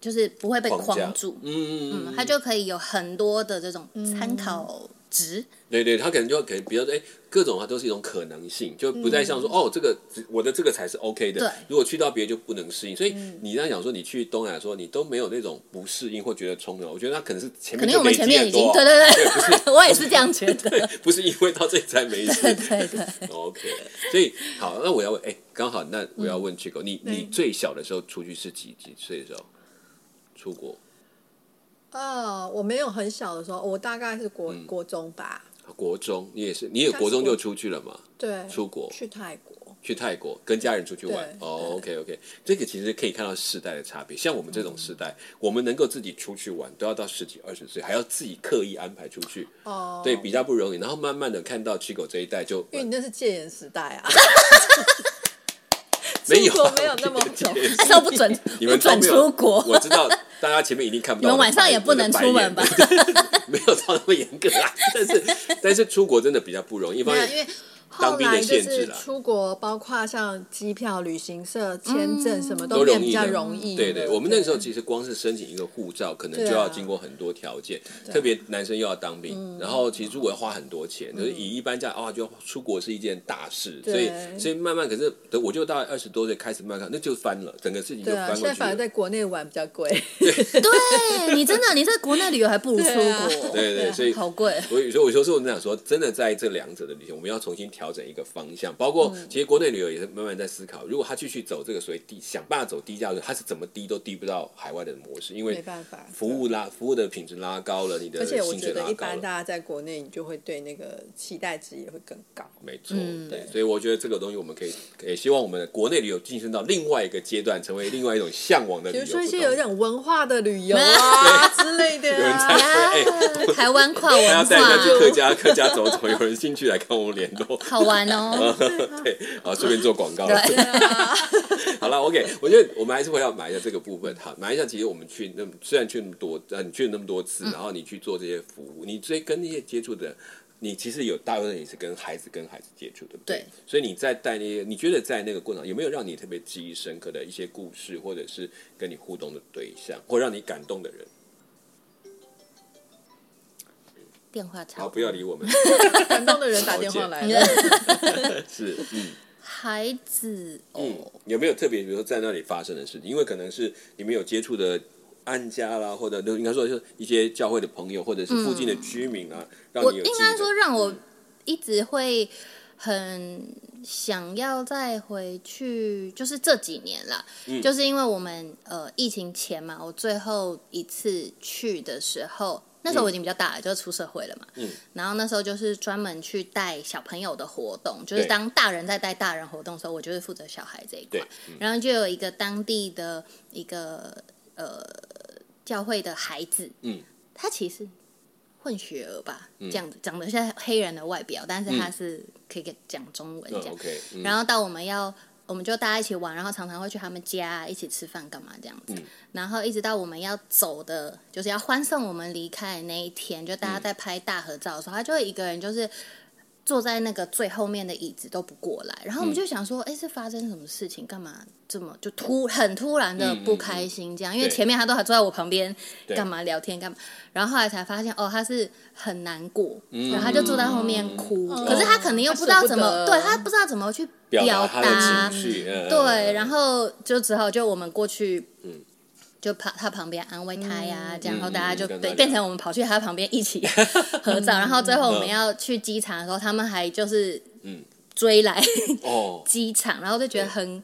[SPEAKER 3] 就是不会被
[SPEAKER 1] 框架
[SPEAKER 3] 框住，
[SPEAKER 1] 嗯嗯嗯
[SPEAKER 3] 嗯，他就可以有很多的这种参考值。
[SPEAKER 1] 对对，他可能就可以，比如说，哎，各种啊都是一种可能性，就不再像说，哦，这个只我的这个才是 OK 的。
[SPEAKER 3] 嗯对嗯
[SPEAKER 1] 如果去到别的就不能适应，所以你刚才讲说，你去东南亚说你都没有那种不适应或觉得冲突，我觉得他可能是前
[SPEAKER 3] 可
[SPEAKER 1] 面
[SPEAKER 3] 能
[SPEAKER 1] 就
[SPEAKER 3] 我们
[SPEAKER 1] 累
[SPEAKER 3] 前
[SPEAKER 1] 积
[SPEAKER 3] 面
[SPEAKER 1] 很
[SPEAKER 3] 已经
[SPEAKER 1] 多，啊
[SPEAKER 3] 对对 对，我也是这样觉得。
[SPEAKER 1] 不是因为到这里才没事。
[SPEAKER 3] 对 对对，
[SPEAKER 1] OK，所以好，那我要问，哎，刚好，那我要问
[SPEAKER 3] 嗯
[SPEAKER 1] Chico，、你你最小的时候出去是几几岁的时候出国？
[SPEAKER 2] 哦，我没有很小的时候，我大概是国
[SPEAKER 1] 嗯
[SPEAKER 2] 国中吧，
[SPEAKER 1] 国中，你也是，你也国中就出去了嘛？
[SPEAKER 2] 对，
[SPEAKER 1] 出国
[SPEAKER 2] 去泰国，
[SPEAKER 1] 去泰国跟家人出去玩。
[SPEAKER 2] 对
[SPEAKER 1] 哦、o k OK，这个其实可以看到世代的差别。像我们这种世代，
[SPEAKER 3] 嗯
[SPEAKER 1] 我们能够自己出去玩，都要到十几二十岁，还要自己刻意安排出去，
[SPEAKER 2] 哦，
[SPEAKER 1] 对，比较不容易。然后慢慢的看到 Chico 这一代就
[SPEAKER 2] 因为你那是戒严时代啊，
[SPEAKER 1] 没有
[SPEAKER 2] 出国没有 那么久
[SPEAKER 3] 那时候不准
[SPEAKER 1] 你
[SPEAKER 3] 不
[SPEAKER 1] 们都
[SPEAKER 3] 准
[SPEAKER 1] 没有
[SPEAKER 3] 出国，
[SPEAKER 1] 我知道 大家前面一定看不
[SPEAKER 3] 你
[SPEAKER 1] 到我
[SPEAKER 3] 们
[SPEAKER 1] 的白眼。
[SPEAKER 3] 晚上也不能出门吧
[SPEAKER 1] 我？的 白眼？没有到那么严格啊， 但是但是出国真的比较不容易，一方
[SPEAKER 2] 没有，
[SPEAKER 1] 面
[SPEAKER 2] 因为
[SPEAKER 1] 当
[SPEAKER 2] 后
[SPEAKER 1] 兵的
[SPEAKER 2] 来就
[SPEAKER 1] 限制
[SPEAKER 2] 是
[SPEAKER 1] 啦
[SPEAKER 2] 出国，包括像机票、旅行社、签证什么
[SPEAKER 1] 嗯都
[SPEAKER 2] 都
[SPEAKER 1] 容
[SPEAKER 2] 变
[SPEAKER 1] 易
[SPEAKER 2] 比较
[SPEAKER 1] 的
[SPEAKER 2] 容易了。
[SPEAKER 1] 对对，我们那时候其实光是申请一个护照，可能就
[SPEAKER 2] 对啊啊
[SPEAKER 1] 要经过很多条件，特别男生又要当
[SPEAKER 2] 嗯
[SPEAKER 1] 兵，然后其实出国要花很多钱，就是以一般价啊，就出国是一件大事，所以
[SPEAKER 2] 对
[SPEAKER 1] 所以慢慢，可是等我就大概二十多岁开始慢慢看，那就翻了，整个事情就
[SPEAKER 2] 对啊，
[SPEAKER 1] 翻
[SPEAKER 2] 现
[SPEAKER 1] 过
[SPEAKER 2] 在
[SPEAKER 1] 去
[SPEAKER 2] 反而
[SPEAKER 1] 了。
[SPEAKER 2] 在国内玩比较贵，
[SPEAKER 3] 对你真的，你在国内旅游还不如出
[SPEAKER 2] 对啊
[SPEAKER 3] 国，
[SPEAKER 1] 对对，所以
[SPEAKER 3] 好贵。
[SPEAKER 1] 所以，所以我就说，我们想说，真的在这两者的旅行，我们要重新调整一个方向。包括
[SPEAKER 2] 嗯
[SPEAKER 1] 其实国内旅游也是慢慢在思考，如果他继续走这个所谓低，想办法走低价，他是怎么低都低不到海外的模式，因为
[SPEAKER 2] 没办法
[SPEAKER 1] 服务拉服务的品质拉高了，你的
[SPEAKER 2] 而且我
[SPEAKER 1] 薪水
[SPEAKER 2] 觉得
[SPEAKER 1] 拉
[SPEAKER 2] 一
[SPEAKER 1] 高
[SPEAKER 2] 般大
[SPEAKER 1] 了，
[SPEAKER 2] 家在国内，你就会对那个期待值也会更高。
[SPEAKER 1] 没错，
[SPEAKER 2] 嗯
[SPEAKER 1] 对。所以我觉得这个东西我们可以，也希望我们的国内旅游晋升到另外一个阶段，成为另外一种向往的旅
[SPEAKER 2] 比
[SPEAKER 1] 游
[SPEAKER 2] 如
[SPEAKER 1] 不同。
[SPEAKER 2] 说一些有一种文化的旅 游啊 之类的
[SPEAKER 1] 有人在
[SPEAKER 2] 啊，
[SPEAKER 1] 对
[SPEAKER 3] 呀，台湾跨
[SPEAKER 1] 大家
[SPEAKER 3] 文
[SPEAKER 1] 带人家去
[SPEAKER 3] 化
[SPEAKER 1] 客家客家走走，有人兴趣来跟我们联络，
[SPEAKER 3] 好玩
[SPEAKER 1] 呃
[SPEAKER 3] 哦。
[SPEAKER 1] 对，好，顺便做广告。
[SPEAKER 3] 对，啊
[SPEAKER 1] 好了，OK，我觉得我们还是回到马来西亚这个部分。好，马来西亚其实我们去那么虽然去那么多，呃，你去了那么多次，
[SPEAKER 3] 嗯
[SPEAKER 1] 然后你去做这些服务，你最跟那些接触的，你其实有大部分也是跟孩子跟孩子接触，对不
[SPEAKER 3] 对
[SPEAKER 1] 所以你在带那些，你觉得在那个过程有没有让你特别记忆深刻的一些故事，或者是跟你互动的对象，或让你感动的人？
[SPEAKER 3] 电话差
[SPEAKER 1] 好，
[SPEAKER 3] 不
[SPEAKER 1] 不要理 我们，
[SPEAKER 2] 感动的人打电话来了，
[SPEAKER 1] 是，嗯。
[SPEAKER 3] 孩子
[SPEAKER 1] 嗯
[SPEAKER 3] 哦，，
[SPEAKER 1] 有没有特别，比如说在那里发生的事情？因为可能是你们有接触的安家啦，或者呃应该说是一些教会的朋友，或者是附近的居民啊，让
[SPEAKER 3] 嗯我
[SPEAKER 1] 你有
[SPEAKER 3] 应
[SPEAKER 1] 记嗯
[SPEAKER 3] 该
[SPEAKER 1] 得
[SPEAKER 3] 说让我一直会很想要再回去，就是这几年啦，
[SPEAKER 1] 嗯
[SPEAKER 3] 就是因为我们呃疫情前嘛，我最后一次去的时候。那时候我已经比较大了，就是出社会了嘛。
[SPEAKER 1] 嗯。
[SPEAKER 3] 然后那时候就是专门去带小朋友的活动，就是
[SPEAKER 1] 对
[SPEAKER 3] 当大人在带大人活动的时候，我就是负责小孩这一块
[SPEAKER 1] 对。
[SPEAKER 3] 然后就有一个当地的一个呃教会的孩子，
[SPEAKER 1] 嗯，
[SPEAKER 3] 他其实混血儿吧，这样子长得像黑人的外表，但是他是可以讲中文
[SPEAKER 1] 嗯
[SPEAKER 3] 这样。
[SPEAKER 1] OK，嗯
[SPEAKER 3] 然后到我们要我们就大家一起玩，然后常常会去他们家一起吃饭干嘛这样
[SPEAKER 1] 嗯
[SPEAKER 3] 子。然后一直到我们要走的，就是要欢送我们离开的那一天，就大家在拍大合照的时候，他就会一个人就是坐在那个最后面的椅子都不过来。然后我
[SPEAKER 1] 嗯
[SPEAKER 3] 们就想说，哎、是发生什么事情？干嘛这么就突很突然的不开心这样？因为
[SPEAKER 1] 对
[SPEAKER 3] 前面他都还坐在我旁边
[SPEAKER 1] 对
[SPEAKER 3] 干嘛聊天干嘛，然后后来才发现哦，他是很难过，然后他就坐在后面哭，
[SPEAKER 2] 嗯
[SPEAKER 3] 可是他可能又不知道怎么，
[SPEAKER 2] 哦他舍不得
[SPEAKER 3] 对他不知道怎么去
[SPEAKER 1] 表
[SPEAKER 3] 达
[SPEAKER 1] 达他的情绪，嗯
[SPEAKER 3] 对，然后就只好就我们过去，就跑他旁边安慰他呀，这样，然后大家就
[SPEAKER 1] 嗯嗯
[SPEAKER 3] 被
[SPEAKER 1] 跟他聊
[SPEAKER 3] 变成我们跑去他旁边一起 合照，然后最后我们要去机场的时候，他们还就是
[SPEAKER 1] 嗯
[SPEAKER 3] 追来
[SPEAKER 1] 哦，
[SPEAKER 3] 机场，然后就觉得很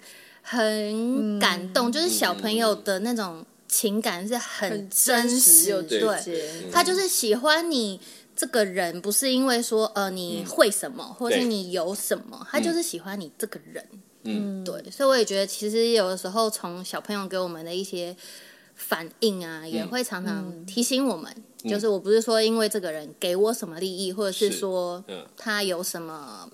[SPEAKER 3] 很感动，就是小朋友的那种情感是 很
[SPEAKER 2] 嗯很
[SPEAKER 3] 真
[SPEAKER 2] 真
[SPEAKER 3] 实，
[SPEAKER 2] 实又直
[SPEAKER 3] 对，
[SPEAKER 1] 嗯
[SPEAKER 2] 接，
[SPEAKER 3] 他就是喜欢你这个人，不是因为说呃你会什么，或是
[SPEAKER 1] 嗯对
[SPEAKER 3] 你有什么，他就是喜欢你这个人。
[SPEAKER 1] 嗯，
[SPEAKER 3] 对，所以我也觉得，其实有的时候从小朋友给我们的一些反应啊，
[SPEAKER 1] 嗯
[SPEAKER 3] 也会常常提醒我们，就是我不是说因为这个人给我什么利益，或者是
[SPEAKER 1] 是
[SPEAKER 3] 说
[SPEAKER 1] 嗯
[SPEAKER 3] 他有什么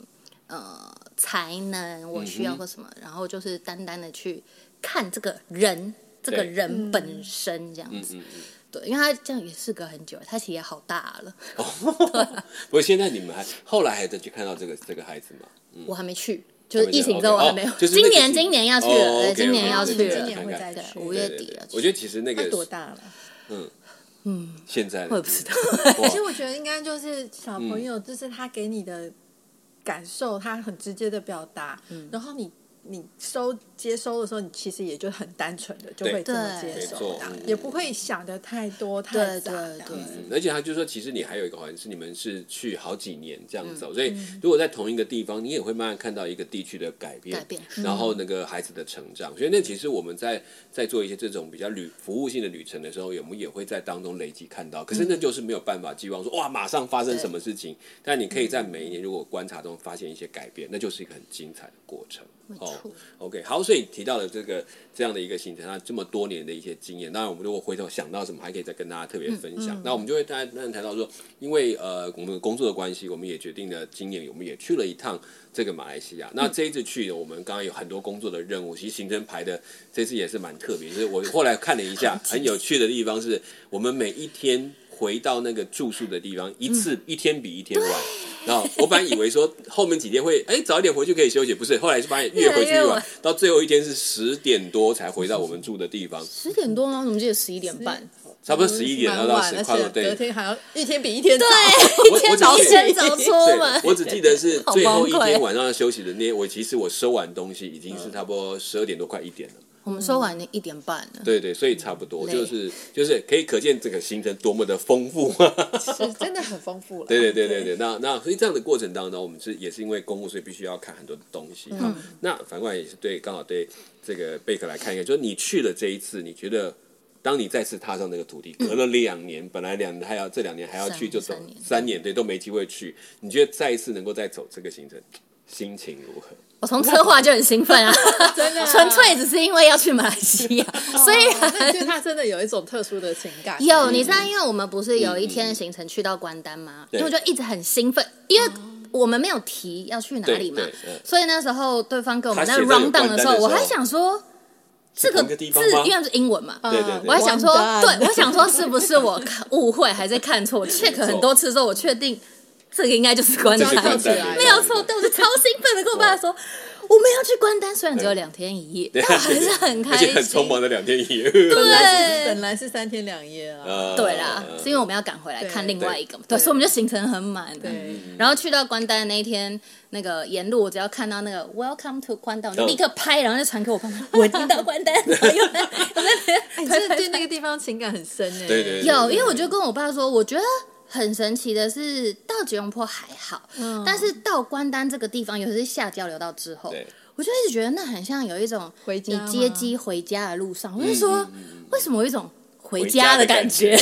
[SPEAKER 3] 呃才能我
[SPEAKER 1] 嗯
[SPEAKER 3] 需要或什么，然后就是单单的去看这个人。这个
[SPEAKER 1] 对
[SPEAKER 3] 人本身这样
[SPEAKER 1] 嗯
[SPEAKER 3] 子，
[SPEAKER 1] 嗯嗯。
[SPEAKER 3] 对，因为他这样也事隔很久，他其实也好大了，嗯
[SPEAKER 1] 不过现在你们还后来还再去看到这个这个孩子吗？
[SPEAKER 3] 我还没去，就
[SPEAKER 1] 嗯
[SPEAKER 3] 是
[SPEAKER 1] 还没
[SPEAKER 3] 疫
[SPEAKER 1] 去
[SPEAKER 3] 情之后我
[SPEAKER 1] ，OK，
[SPEAKER 3] 还没有
[SPEAKER 1] 哦，就是那
[SPEAKER 3] 今
[SPEAKER 1] 个
[SPEAKER 3] 年
[SPEAKER 1] 季
[SPEAKER 3] 今年要去
[SPEAKER 1] 哦
[SPEAKER 3] 了，对
[SPEAKER 1] ，OK，OK，
[SPEAKER 3] 今年要
[SPEAKER 1] 对
[SPEAKER 3] 去
[SPEAKER 1] 对
[SPEAKER 3] 了
[SPEAKER 1] 对
[SPEAKER 2] 今，年会再
[SPEAKER 3] 对
[SPEAKER 2] 去
[SPEAKER 3] 五
[SPEAKER 1] 对
[SPEAKER 3] 月
[SPEAKER 1] 对
[SPEAKER 3] 底
[SPEAKER 1] 对
[SPEAKER 3] 了。
[SPEAKER 1] 我觉得其实那
[SPEAKER 2] 他
[SPEAKER 1] 个
[SPEAKER 2] 多大了？
[SPEAKER 1] 现在的嗯
[SPEAKER 3] 我也不知道
[SPEAKER 1] 哇
[SPEAKER 2] 其实我觉得应该就是小朋
[SPEAKER 1] 嗯
[SPEAKER 2] 友，就是他给你的感受，他很直接的表达，
[SPEAKER 3] 嗯
[SPEAKER 2] 然后你。你收接收的时候，你其实也就很单纯的就
[SPEAKER 1] 对
[SPEAKER 2] 会这么接
[SPEAKER 1] 没
[SPEAKER 2] 收
[SPEAKER 1] 错
[SPEAKER 2] 的
[SPEAKER 1] 嗯，
[SPEAKER 2] 也不会想的太多
[SPEAKER 3] 对
[SPEAKER 2] 太杂
[SPEAKER 3] 对
[SPEAKER 2] 这样
[SPEAKER 3] 对
[SPEAKER 2] 子。
[SPEAKER 1] 嗯而且他就说，其实你还有一个环是你们是去好几年这样
[SPEAKER 3] 嗯
[SPEAKER 1] 走，所以如果在同一个地方，你也会慢慢看到一个地区的改变，
[SPEAKER 3] 改变嗯
[SPEAKER 1] 然后那个孩子的成长。所以那其实我们在在做一些这种比较旅服务性的旅程的时候，我们也会在当中累积看到。可是
[SPEAKER 3] 嗯
[SPEAKER 1] 那就是没有办法寄望说哇马上发生什么事情，但你可以
[SPEAKER 3] 嗯
[SPEAKER 1] 在每一年如果观察中发现一些改变，那就是一个很精彩的过程。哦
[SPEAKER 3] 错
[SPEAKER 1] ，OK，好，所以提到了这个这样的一个行程，那这么多年的一些经验，当然我们如果回头想到什么，还可以再跟大家特别分享。那我们就会大家当然谈到说，因为呃我们工作的关系，我们也决定了今年我们也去了一趟这个马来西亚。那这一次去的，我们刚刚有很多工作的任务，其实行程排的这次也是蛮特别。就是我后来看了一下，很有趣的地方是我们每一天回到那个住宿的地方，一次、一天比一天晚。然后我本来以为说后面几天会哎早一点回去可以休息，不是，后来是发现越回去
[SPEAKER 3] 越来
[SPEAKER 1] 越
[SPEAKER 3] 越
[SPEAKER 1] 晚
[SPEAKER 3] 晚，
[SPEAKER 1] 到最后一天是十点多才回到我们住的地方，
[SPEAKER 3] 十点多吗？我怎么记得十一点半？
[SPEAKER 1] 差不多十一点要
[SPEAKER 2] 嗯蛮
[SPEAKER 1] 到
[SPEAKER 2] 晚，
[SPEAKER 1] 十
[SPEAKER 2] 而
[SPEAKER 1] 快乐
[SPEAKER 2] 且
[SPEAKER 1] 对
[SPEAKER 2] 隔。天还要一天比一天早。
[SPEAKER 1] 我
[SPEAKER 3] 天
[SPEAKER 1] 我
[SPEAKER 3] 早
[SPEAKER 1] 只记
[SPEAKER 3] 先
[SPEAKER 1] 得
[SPEAKER 3] 早出
[SPEAKER 1] 对，
[SPEAKER 3] 门，
[SPEAKER 1] 我只记得是
[SPEAKER 3] 好
[SPEAKER 1] 最后一
[SPEAKER 3] 崩溃
[SPEAKER 1] 天晚上休息的那天，我其实我收完东西已经是差不多十二点多快一点了。
[SPEAKER 3] 我们收完一点半了，
[SPEAKER 1] 对对，所以差不多
[SPEAKER 3] 嗯累
[SPEAKER 1] 就是就是可以可见这个行程多么的丰富。
[SPEAKER 2] 是 真的很丰富了。
[SPEAKER 1] 对对对对对，那那所以这样的过程当中，我们是也是因为公务，所以必须要看很多的东
[SPEAKER 3] 嗯
[SPEAKER 1] 西。好，那反过来也是对，刚好对这个贝克来看一看，就是你去了这一次，你觉得当你再次踏上那个土地，隔了两年，本来两年还要这两年还要去，
[SPEAKER 3] 嗯三
[SPEAKER 1] 就走
[SPEAKER 3] 三年
[SPEAKER 1] 三年，对，都没机会去。你觉得再一次能够再走这个行程，心情如何？
[SPEAKER 3] 我从策划就很兴奋啊，
[SPEAKER 2] 真的啊
[SPEAKER 3] 纯粹只是因为要去马来西亚，虽
[SPEAKER 2] 哦
[SPEAKER 3] 然。
[SPEAKER 2] 那你对他真的有一种特殊的情感。
[SPEAKER 3] 有，你知道，因为我们不是有一天的行程去到关丹
[SPEAKER 1] 嗯
[SPEAKER 3] 吗？
[SPEAKER 1] 对哦
[SPEAKER 3] 因为我就一直很兴奋，因为我们没有提要去哪里嘛
[SPEAKER 1] 对对嗯，
[SPEAKER 3] 所以那时候对方跟我们在
[SPEAKER 1] 他写在有
[SPEAKER 3] round
[SPEAKER 1] 关
[SPEAKER 3] down
[SPEAKER 1] 丹
[SPEAKER 3] 的
[SPEAKER 1] 的
[SPEAKER 3] 时候，
[SPEAKER 1] 时候
[SPEAKER 3] 我还想说这
[SPEAKER 1] 同一个地方
[SPEAKER 3] 字
[SPEAKER 1] 吗，哦
[SPEAKER 3] 因为是英文嘛，
[SPEAKER 1] 对对对
[SPEAKER 3] 我还想说，
[SPEAKER 2] 完蛋
[SPEAKER 3] 对我想说是不是我看误会还是看错？check 很多次之后，我确定这个应该就是关
[SPEAKER 1] 这
[SPEAKER 3] 丹
[SPEAKER 1] 是
[SPEAKER 2] 就
[SPEAKER 1] 关
[SPEAKER 2] 关丹
[SPEAKER 1] 丹，
[SPEAKER 3] 没有错，对我就超兴奋的跟我爸说，我们要去关丹，虽然只有
[SPEAKER 1] 对
[SPEAKER 3] 两天一夜，
[SPEAKER 1] 嗯对
[SPEAKER 3] 但我还是很开
[SPEAKER 1] 而
[SPEAKER 3] 心，
[SPEAKER 1] 且很匆忙的两天一夜。
[SPEAKER 2] 本来是
[SPEAKER 3] 对
[SPEAKER 2] 本。来是三天两夜啊。
[SPEAKER 1] 呃
[SPEAKER 3] 对啦，是因为我们要赶回来看另外一个嘛，对，所以我们就行程很满。
[SPEAKER 2] 对，
[SPEAKER 3] 然后去到关丹的那一天，那个沿路我只要看到那个 Welcome to 关丹，我就
[SPEAKER 1] 嗯
[SPEAKER 3] 立刻拍，然后就传给我爸妈，我已经到 关丹了，我又来我在那边
[SPEAKER 2] 哎，你真的对那个地方情感很深欸呢。
[SPEAKER 1] 对对对
[SPEAKER 3] 有，因为我就跟我爸说，我觉得很神奇的是，到吉隆坡还好，
[SPEAKER 2] 嗯
[SPEAKER 3] 但是到关丹这个地方，尤其是下交流道之后
[SPEAKER 1] 对，
[SPEAKER 3] 我就一直觉得那很像有一种
[SPEAKER 2] 回家
[SPEAKER 3] 你
[SPEAKER 2] 吗
[SPEAKER 3] 嗯接机回家的路上，我就说、为什么有一种。回家的感觉，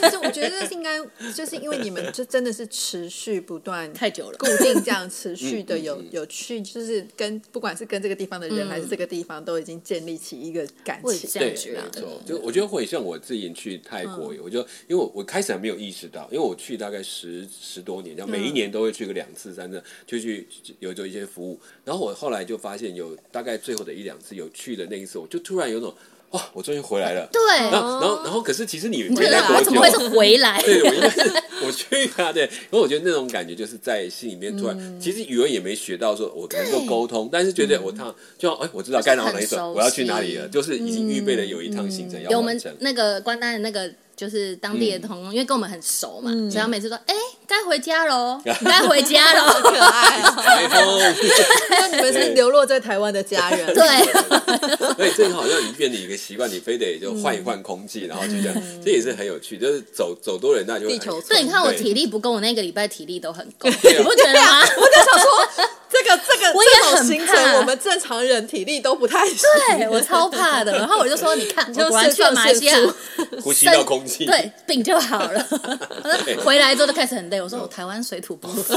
[SPEAKER 2] 但是我觉得这是应该，就是因为你们就真的是持续不断
[SPEAKER 3] 太久了
[SPEAKER 2] 固定这样持续的有有去，就是跟不管是跟这个地方的人还是这个地方，都已经建立起一个感
[SPEAKER 3] 我也
[SPEAKER 2] 情
[SPEAKER 3] 这。
[SPEAKER 1] 对，
[SPEAKER 3] 样
[SPEAKER 1] 没
[SPEAKER 3] 觉嗯得
[SPEAKER 1] 错，就我觉得会像我自己去泰国，我就因为我我开始还没有意识到，因为我去大概十十多年，这样每
[SPEAKER 3] 嗯
[SPEAKER 1] 一年都会去个两次三次，就去有有一些服务。然后我后来就发现有大概最后的一两次有去的那一次，我就突然有种哇，我终于回来了。
[SPEAKER 3] 对，啊
[SPEAKER 1] 然后然后然后可是其实你
[SPEAKER 3] 对
[SPEAKER 1] 回来
[SPEAKER 3] 啊，
[SPEAKER 1] 多
[SPEAKER 3] 我
[SPEAKER 1] 久？
[SPEAKER 3] 怎么会是回 来？
[SPEAKER 1] 对，我应该是我去啊，对。然后我觉得那种感觉就是在心里面突然，
[SPEAKER 3] 嗯
[SPEAKER 1] 其实语文也没学到说我能够
[SPEAKER 3] 对
[SPEAKER 1] 沟通，但是觉得我趟就像哎，我知道该哪
[SPEAKER 3] 很
[SPEAKER 1] 里走，
[SPEAKER 3] 嗯熟
[SPEAKER 1] 我要去哪里
[SPEAKER 3] 悉嗯
[SPEAKER 1] 了，就是已经预备了有一趟行程要
[SPEAKER 3] 有
[SPEAKER 1] 嗯完
[SPEAKER 3] 我们
[SPEAKER 1] 成。
[SPEAKER 3] 那个关丹的那个就是当地的同工，因为跟我们很熟嘛，所以他每次说：“哎，该回家 喽，该回家喽。
[SPEAKER 2] 可爱哦，
[SPEAKER 1] 哎 呦
[SPEAKER 2] 因为你们是流落在台湾的家人”，
[SPEAKER 3] 对，
[SPEAKER 1] 所以这个好像已经变成一个习惯，你非得就换一换空气，然后就这样，
[SPEAKER 3] 嗯
[SPEAKER 1] 这也是很有趣。就是走走多人那就会
[SPEAKER 2] 地球村
[SPEAKER 3] 对，你看我
[SPEAKER 1] 对
[SPEAKER 3] 体力不够，我那个礼拜体力都很够，你
[SPEAKER 1] 对啊
[SPEAKER 3] 不觉得吗？
[SPEAKER 2] 我就想说，这个这个
[SPEAKER 3] 我也
[SPEAKER 2] 这种
[SPEAKER 3] 很
[SPEAKER 2] 行
[SPEAKER 3] 怕
[SPEAKER 2] 程，我们正常人体力都不太行。
[SPEAKER 3] 对啊我超 怕的。然后我就说：“你看，
[SPEAKER 2] 就
[SPEAKER 3] 我果然
[SPEAKER 2] 肾
[SPEAKER 3] 去了
[SPEAKER 2] 上
[SPEAKER 3] 马来
[SPEAKER 2] 腺
[SPEAKER 3] 西亚，
[SPEAKER 2] 素
[SPEAKER 1] 呼吸
[SPEAKER 3] 生
[SPEAKER 1] 到空气。
[SPEAKER 3] 对，病就 好了。我说回来之后就开始很累，我
[SPEAKER 1] 哦
[SPEAKER 3] 说我台湾水土不服，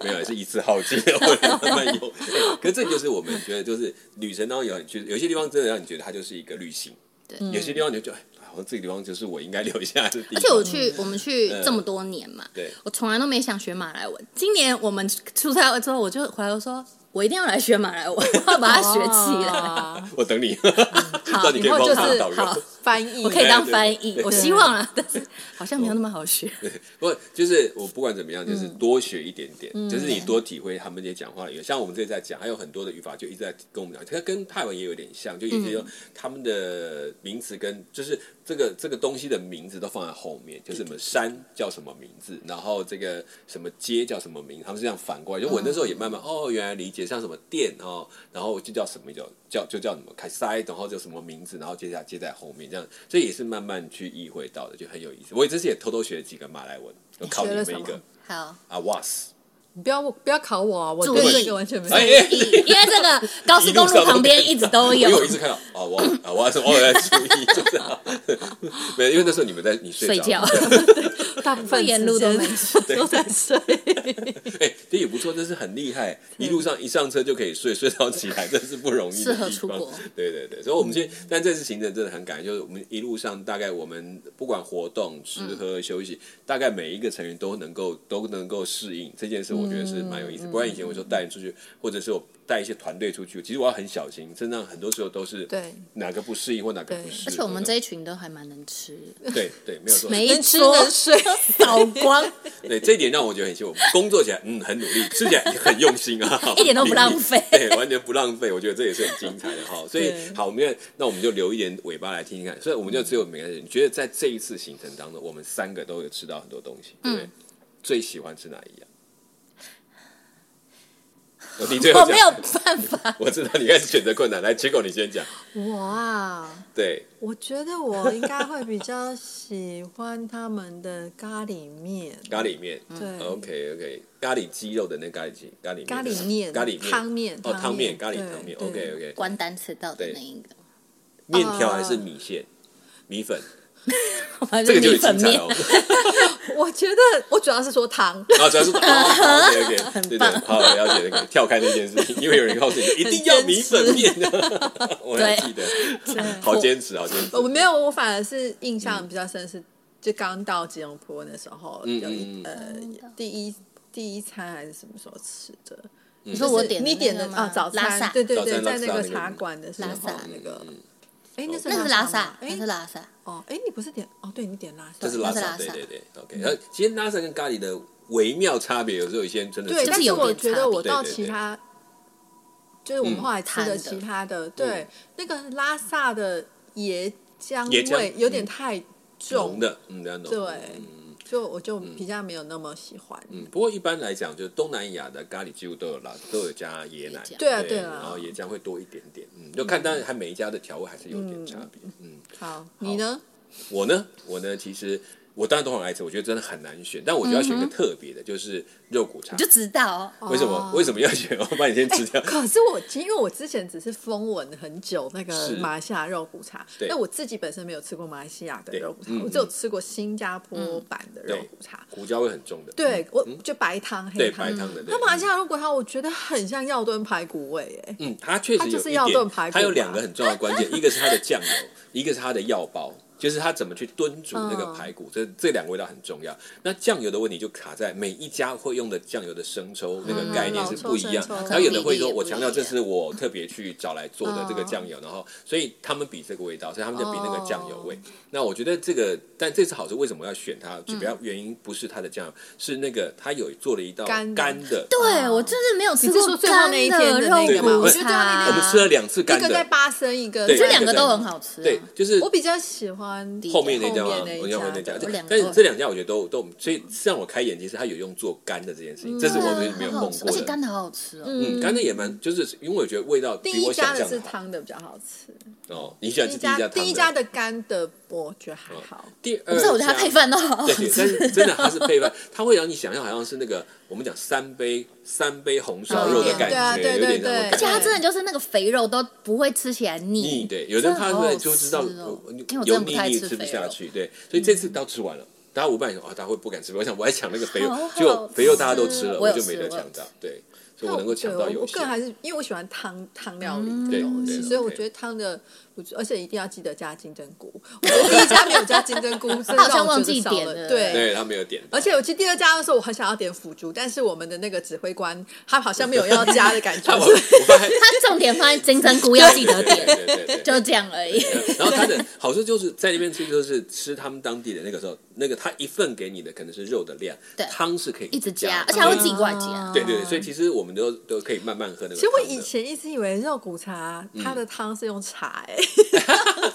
[SPEAKER 1] 没有，是一次耗尽，后来慢慢用。哎可是这就是我们觉得，就是旅程当中有很就是有些地方真的让你觉得它就是一个旅行，
[SPEAKER 3] 对
[SPEAKER 1] 有些地方你就觉得，哎，好像这个地方就是我应该留下的地方。
[SPEAKER 3] 而且我
[SPEAKER 1] 嗯
[SPEAKER 3] 去，我们去这么多年嘛，
[SPEAKER 1] 对
[SPEAKER 3] 我从来都没想学马来文。今年我们出差之后，我就回来我说，我一定要来学马来文，我要把它学起来。
[SPEAKER 2] 哦，
[SPEAKER 1] 我等你， 知道你可以
[SPEAKER 2] 以后
[SPEAKER 1] 帮
[SPEAKER 2] 就
[SPEAKER 1] 我当
[SPEAKER 2] 是
[SPEAKER 1] 导游
[SPEAKER 2] 好。翻译，
[SPEAKER 3] 我可以当翻
[SPEAKER 1] 对
[SPEAKER 3] 译，我希望啦，但是好像没有那么好学。
[SPEAKER 1] 不过就是我不管怎么样，就是多学一点点，就是你多体会他们这些讲话的语言。像我们这次在讲，还有很多的语法就一直在跟我们讲，它跟泰文也有点像，就有些用他们的名词跟就是这个这个东西的名字都放在后面，就是什么山叫什么名字，然后这个什么街叫什么名，他们是这样反过来。就我那时候也慢慢哦，原来理解像什么店哦，然后就叫什么叫叫就叫什么开塞，然后叫什么名字，然后接下来接在后面这样，这也是慢慢去意会到的，就很有意思。我这次也偷偷学了几个马来文，就考你
[SPEAKER 2] 学了
[SPEAKER 1] 们
[SPEAKER 2] 什
[SPEAKER 1] 一
[SPEAKER 2] 么
[SPEAKER 1] 个
[SPEAKER 3] 好，
[SPEAKER 1] 啊 was，
[SPEAKER 2] 你不要不要考我啊，我
[SPEAKER 3] 注
[SPEAKER 2] 对
[SPEAKER 3] 意
[SPEAKER 2] 这个完全没有。
[SPEAKER 1] 哎哎，
[SPEAKER 3] 因因为这个高速公路旁边一直都
[SPEAKER 1] 因为我
[SPEAKER 3] 有
[SPEAKER 1] 一，直看到啊 was 啊 was，我有在注意，就是啊 没有，因为那时候你们在你
[SPEAKER 3] 睡
[SPEAKER 1] 睡
[SPEAKER 3] 觉
[SPEAKER 1] 着。。
[SPEAKER 2] 大部分
[SPEAKER 3] 沿路都没
[SPEAKER 2] 时间都在睡。
[SPEAKER 1] 哎，这也不错，这是很厉害。一路上一上车就可以睡，睡到起来，真是不容易的地方。
[SPEAKER 3] 适合出国
[SPEAKER 1] 对对对，所以我们今天，但这次行程真的很感人，就是我们一路上大概我们不管活动、吃
[SPEAKER 3] 嗯
[SPEAKER 1] 喝、休息，大概每一个成员都能够都能够适应这件事，我觉得
[SPEAKER 3] 嗯
[SPEAKER 1] 是蛮有意思。不然以前我说带人出去，或者是我带一些团队出去，其实我要很小心，真的很多时候都是
[SPEAKER 2] 对
[SPEAKER 1] 哪个不适应或哪个不
[SPEAKER 2] 对
[SPEAKER 1] 适应。
[SPEAKER 3] 而且我们这一群都还蛮能吃，
[SPEAKER 1] 对对没有错，
[SPEAKER 3] 每一
[SPEAKER 2] 能吃
[SPEAKER 3] 桌
[SPEAKER 2] 能睡
[SPEAKER 3] 扫光，
[SPEAKER 1] 对这一点让我觉得很幸福。工作起来嗯很努力，吃起来很用心啊，
[SPEAKER 3] 一点都不浪费
[SPEAKER 1] 对，完全不浪费。我觉得这也是很精彩的哈。所以
[SPEAKER 2] 对
[SPEAKER 1] 好，我们现在那我们就留一点尾巴来听听看。所以我们就只有每个人，你觉得在这一次行程当中，我们三个都有吃到很多东西，对不对？最喜欢吃哪一样？哦你最后
[SPEAKER 3] 我
[SPEAKER 1] 讲
[SPEAKER 3] 没有，办法。
[SPEAKER 1] 我知道你开始选择困难。来，结果你先讲。
[SPEAKER 2] 哇，
[SPEAKER 1] 对，
[SPEAKER 2] 我觉得我应该会比较喜欢他们的咖喱面，
[SPEAKER 1] 咖喱面。
[SPEAKER 2] 对
[SPEAKER 1] OK OK，咖喱鸡肉的那咖喱鸡，咖喱
[SPEAKER 2] 咖喱面
[SPEAKER 1] 咖喱面
[SPEAKER 2] 汤面
[SPEAKER 1] 哦，汤
[SPEAKER 2] 汤面
[SPEAKER 1] 面咖喱汤
[SPEAKER 2] 对
[SPEAKER 1] 面。OK
[SPEAKER 2] 对
[SPEAKER 1] OK，
[SPEAKER 3] 关单吃到的那一个，
[SPEAKER 1] 面条还是米线、米粉，
[SPEAKER 3] 还
[SPEAKER 1] 这个
[SPEAKER 3] 是
[SPEAKER 1] 就
[SPEAKER 3] 米
[SPEAKER 1] 有
[SPEAKER 3] 粉
[SPEAKER 1] 精彩
[SPEAKER 3] 面
[SPEAKER 1] 哦。。
[SPEAKER 2] 我觉得我主要是说汤，
[SPEAKER 1] 啊，主要是 哦，OK OK，对对，
[SPEAKER 3] 棒
[SPEAKER 1] 好，了解那个跳开这件事情，因为有人告诉你一定要米粉面，我还记得，好坚持，好坚持。嗯
[SPEAKER 2] 我没有，我反而是印象比较深是，就刚到吉隆坡那时候，
[SPEAKER 1] 嗯
[SPEAKER 2] 有
[SPEAKER 1] 嗯
[SPEAKER 2] 一呃第一第一餐还是什么时候吃的？
[SPEAKER 3] 你说我点
[SPEAKER 2] 你点的
[SPEAKER 3] 啊
[SPEAKER 2] 啊早
[SPEAKER 3] 拉萨
[SPEAKER 2] 餐，，对对
[SPEAKER 1] 早
[SPEAKER 2] 对，
[SPEAKER 1] 餐
[SPEAKER 2] 在那
[SPEAKER 1] 拉萨那嗯
[SPEAKER 2] 个
[SPEAKER 1] 个
[SPEAKER 2] 茶馆的时候
[SPEAKER 3] 拉萨哦
[SPEAKER 2] 那个，哎那是
[SPEAKER 3] 那是拉萨
[SPEAKER 2] 吗，
[SPEAKER 3] 那
[SPEAKER 2] 哎
[SPEAKER 3] 是拉萨，
[SPEAKER 2] 哦哎你不是点哦对你点拉萨，
[SPEAKER 1] 这是拉萨，
[SPEAKER 3] 这
[SPEAKER 1] 对
[SPEAKER 3] 是拉萨
[SPEAKER 1] 对对，OK。然后其实拉萨跟咖喱的微妙差别，有时候有些人真的
[SPEAKER 2] 对，
[SPEAKER 3] 就
[SPEAKER 2] 但
[SPEAKER 3] 是
[SPEAKER 2] 是
[SPEAKER 3] 有
[SPEAKER 2] 我
[SPEAKER 3] 点
[SPEAKER 2] 觉
[SPEAKER 3] 差
[SPEAKER 2] 得
[SPEAKER 3] 别
[SPEAKER 2] 我到
[SPEAKER 1] 对对嗯
[SPEAKER 2] 其
[SPEAKER 1] 对
[SPEAKER 2] 他，就是我们后来吃
[SPEAKER 3] 摊的
[SPEAKER 2] 的其他的，对那个拉萨的椰浆
[SPEAKER 1] 嗯椰浆嗯
[SPEAKER 2] 味有点太
[SPEAKER 1] 浓
[SPEAKER 2] 重，
[SPEAKER 1] 的，嗯，比较浓。
[SPEAKER 2] 对，就我就比较没有那么喜欢。
[SPEAKER 1] 嗯，不过一般来讲，就是东南亚的咖喱几乎都有拉，都有加椰奶
[SPEAKER 3] 椰，浆
[SPEAKER 2] 对啊对啊
[SPEAKER 1] 然后椰浆会多一点点，嗯，就看，当然它每一家的调味还是有点差别，嗯。
[SPEAKER 2] 好，你呢？
[SPEAKER 1] 我呢，我呢，其实我当然都很爱吃，我觉得真的很难选，但我就要选一个特别的，就是肉骨茶
[SPEAKER 3] 你。就知道哦
[SPEAKER 1] 为什么？为什么要选？ 我把你先吃掉。
[SPEAKER 2] 哎可是我，其实因为我之前只是风闻很久那个
[SPEAKER 1] 是
[SPEAKER 2] 马来西亚肉骨茶，
[SPEAKER 1] 对
[SPEAKER 2] 那我自己本身没有吃过马来西亚的
[SPEAKER 1] 对
[SPEAKER 2] 肉骨茶
[SPEAKER 1] 嗯，
[SPEAKER 2] 我只有吃过新加坡版的肉
[SPEAKER 1] 对
[SPEAKER 2] 骨茶。
[SPEAKER 1] 胡椒味很重的。
[SPEAKER 2] 对，我就白汤黑
[SPEAKER 1] 对嗯
[SPEAKER 2] 汤
[SPEAKER 1] 白。汤的。对
[SPEAKER 2] 那马来西亚肉骨茶，我觉得很像药炖排骨味，哎，
[SPEAKER 1] 嗯，它确实
[SPEAKER 2] 它
[SPEAKER 1] 有
[SPEAKER 2] 就
[SPEAKER 1] 一
[SPEAKER 2] 是
[SPEAKER 1] 点，
[SPEAKER 2] 要炖排骨
[SPEAKER 1] 它有
[SPEAKER 2] 吧
[SPEAKER 1] 两个很重要的关 键，一个是它的酱油，一个是它的药包，就是它怎么去炖煮那个
[SPEAKER 2] 嗯
[SPEAKER 1] 排骨，这这两个味道很重要。那酱油的问题就卡在每一家会用的酱油的生抽那个概念是不一样，
[SPEAKER 2] 嗯老抽生抽
[SPEAKER 1] 然后有的会
[SPEAKER 3] 比例
[SPEAKER 1] 说
[SPEAKER 3] 也
[SPEAKER 1] 我
[SPEAKER 3] 不
[SPEAKER 1] 强
[SPEAKER 3] 一
[SPEAKER 1] 调这
[SPEAKER 3] 样
[SPEAKER 1] 是我特别去找来做的这个
[SPEAKER 2] 嗯
[SPEAKER 1] 酱油，然后所以他们比这个味道，所以他们就比那个酱油
[SPEAKER 2] 哦
[SPEAKER 1] 味。那我觉得这个，但这次好吃为什么要选它？主
[SPEAKER 2] 嗯
[SPEAKER 1] 要原因不是它的酱油，是那个它有做了一道
[SPEAKER 2] 干的
[SPEAKER 1] 干的。
[SPEAKER 3] 对我就是没有吃过
[SPEAKER 2] 你是说最后
[SPEAKER 3] 干
[SPEAKER 2] 那一天
[SPEAKER 3] 的
[SPEAKER 2] 的那
[SPEAKER 1] 个吗
[SPEAKER 3] 肉骨
[SPEAKER 1] 我觉
[SPEAKER 2] 得最后那
[SPEAKER 3] 茶，
[SPEAKER 2] 天
[SPEAKER 1] 我们吃了两次干
[SPEAKER 2] 啊一个在
[SPEAKER 1] 的，
[SPEAKER 2] 八升，一个
[SPEAKER 1] 对
[SPEAKER 3] 这
[SPEAKER 2] 在
[SPEAKER 3] 两个都很好吃啊。
[SPEAKER 1] 对，就是
[SPEAKER 2] 我比较喜欢
[SPEAKER 1] 后面那家
[SPEAKER 2] 后
[SPEAKER 1] 吗
[SPEAKER 2] 面？那一
[SPEAKER 1] 我要回那
[SPEAKER 2] 家
[SPEAKER 1] 家
[SPEAKER 2] 的
[SPEAKER 3] 我两，个
[SPEAKER 1] 但是
[SPEAKER 3] 都
[SPEAKER 1] 这两家我觉得都都，所以让我开眼界是他有用做干的这件事
[SPEAKER 2] 嗯
[SPEAKER 1] 情，这是我
[SPEAKER 3] 对
[SPEAKER 1] 们
[SPEAKER 3] 啊
[SPEAKER 1] 没有
[SPEAKER 3] 好好
[SPEAKER 1] 碰
[SPEAKER 3] 吃
[SPEAKER 1] 过
[SPEAKER 3] 而且
[SPEAKER 1] 的。
[SPEAKER 3] 干的好好吃哦。
[SPEAKER 1] 嗯，干的也蛮，就是因为我觉得味道
[SPEAKER 2] 第
[SPEAKER 1] 比
[SPEAKER 2] 一
[SPEAKER 1] 我
[SPEAKER 2] 家
[SPEAKER 1] 想
[SPEAKER 2] 的
[SPEAKER 1] 象
[SPEAKER 2] 是
[SPEAKER 1] 的好。
[SPEAKER 2] 汤的比较好吃，
[SPEAKER 1] 哦，你喜欢
[SPEAKER 2] 第
[SPEAKER 1] 吃
[SPEAKER 2] 一
[SPEAKER 1] 第一家
[SPEAKER 2] 家
[SPEAKER 1] 汤的？哦
[SPEAKER 2] 第一家的干的我觉得还好，
[SPEAKER 1] 第二
[SPEAKER 3] 不是，我觉得它
[SPEAKER 1] 家
[SPEAKER 3] 配饭都好好
[SPEAKER 1] 对，对但
[SPEAKER 3] 吃。
[SPEAKER 1] 是真的它是配饭，它会让你想象好像是那个我们讲三杯三杯红烧肉的感
[SPEAKER 2] 对啊对
[SPEAKER 1] 觉，有
[SPEAKER 2] 对
[SPEAKER 1] 点那种
[SPEAKER 2] 对
[SPEAKER 1] 感觉。
[SPEAKER 3] 而且它真的就是那个肥肉都不会吃起来
[SPEAKER 1] 腻
[SPEAKER 3] 腻，
[SPEAKER 1] 对，有的人他
[SPEAKER 3] 嗯真的好好
[SPEAKER 1] 们就知道
[SPEAKER 3] 吃哦
[SPEAKER 1] 我
[SPEAKER 3] 因为我
[SPEAKER 1] 油
[SPEAKER 3] 真的不
[SPEAKER 1] 腻
[SPEAKER 3] 太
[SPEAKER 1] 腻
[SPEAKER 3] 吃
[SPEAKER 1] 不
[SPEAKER 3] 肥
[SPEAKER 1] 下
[SPEAKER 3] 肉嗯
[SPEAKER 1] 去，对，所以这次都吃完了。大家五百想啊，大家会不敢吃肥肉，我想我还抢那个肥肉
[SPEAKER 3] 好好，
[SPEAKER 1] 结果肥肉大家都吃了，
[SPEAKER 3] 吃
[SPEAKER 1] 我
[SPEAKER 3] 我有
[SPEAKER 1] 就没
[SPEAKER 3] 吃
[SPEAKER 1] 得
[SPEAKER 3] 我
[SPEAKER 1] 抢
[SPEAKER 3] 有
[SPEAKER 1] 到
[SPEAKER 3] 吃，
[SPEAKER 1] 对，所
[SPEAKER 2] 那
[SPEAKER 1] 以我能够抢到
[SPEAKER 2] 对我
[SPEAKER 1] 有
[SPEAKER 2] 我个
[SPEAKER 1] 限
[SPEAKER 2] 人。还是因为我喜欢汤汤料理
[SPEAKER 3] 嗯
[SPEAKER 1] 对
[SPEAKER 2] 的东
[SPEAKER 1] 对
[SPEAKER 2] 西，所以我
[SPEAKER 1] OK
[SPEAKER 2] 觉得汤的，我而且一定要记得加金针菇。我觉得第一家没有加金针 菇，真的
[SPEAKER 3] 好像
[SPEAKER 2] 让我
[SPEAKER 3] 忘
[SPEAKER 2] 觉得
[SPEAKER 3] 记
[SPEAKER 2] 少
[SPEAKER 3] 点
[SPEAKER 2] 了
[SPEAKER 3] 了
[SPEAKER 2] 对。
[SPEAKER 1] 对他没有点到，
[SPEAKER 2] 而且我去第二家的时候，我很想要点腐竹，但是我们的那个指挥官他好像没有要加的感 觉
[SPEAKER 1] 他，我
[SPEAKER 2] 所以
[SPEAKER 1] 我发现
[SPEAKER 3] 它重点放在金针菇，要记得点，
[SPEAKER 1] 对对对对。
[SPEAKER 3] 就这样而已。
[SPEAKER 1] 然后它的好处就是在那边吃，就是吃他们当地的那个时候，那个他一份给你的可能是肉的量，
[SPEAKER 3] 对
[SPEAKER 1] 汤是可以
[SPEAKER 3] 一直加
[SPEAKER 1] 加，，
[SPEAKER 3] 而且还会
[SPEAKER 1] 对
[SPEAKER 3] 自己外加。
[SPEAKER 1] 对对对，所以其实我们都都可以慢慢喝那个汤的。嗯
[SPEAKER 2] 其实我以前一直以为肉骨茶它的汤是用茶、哎、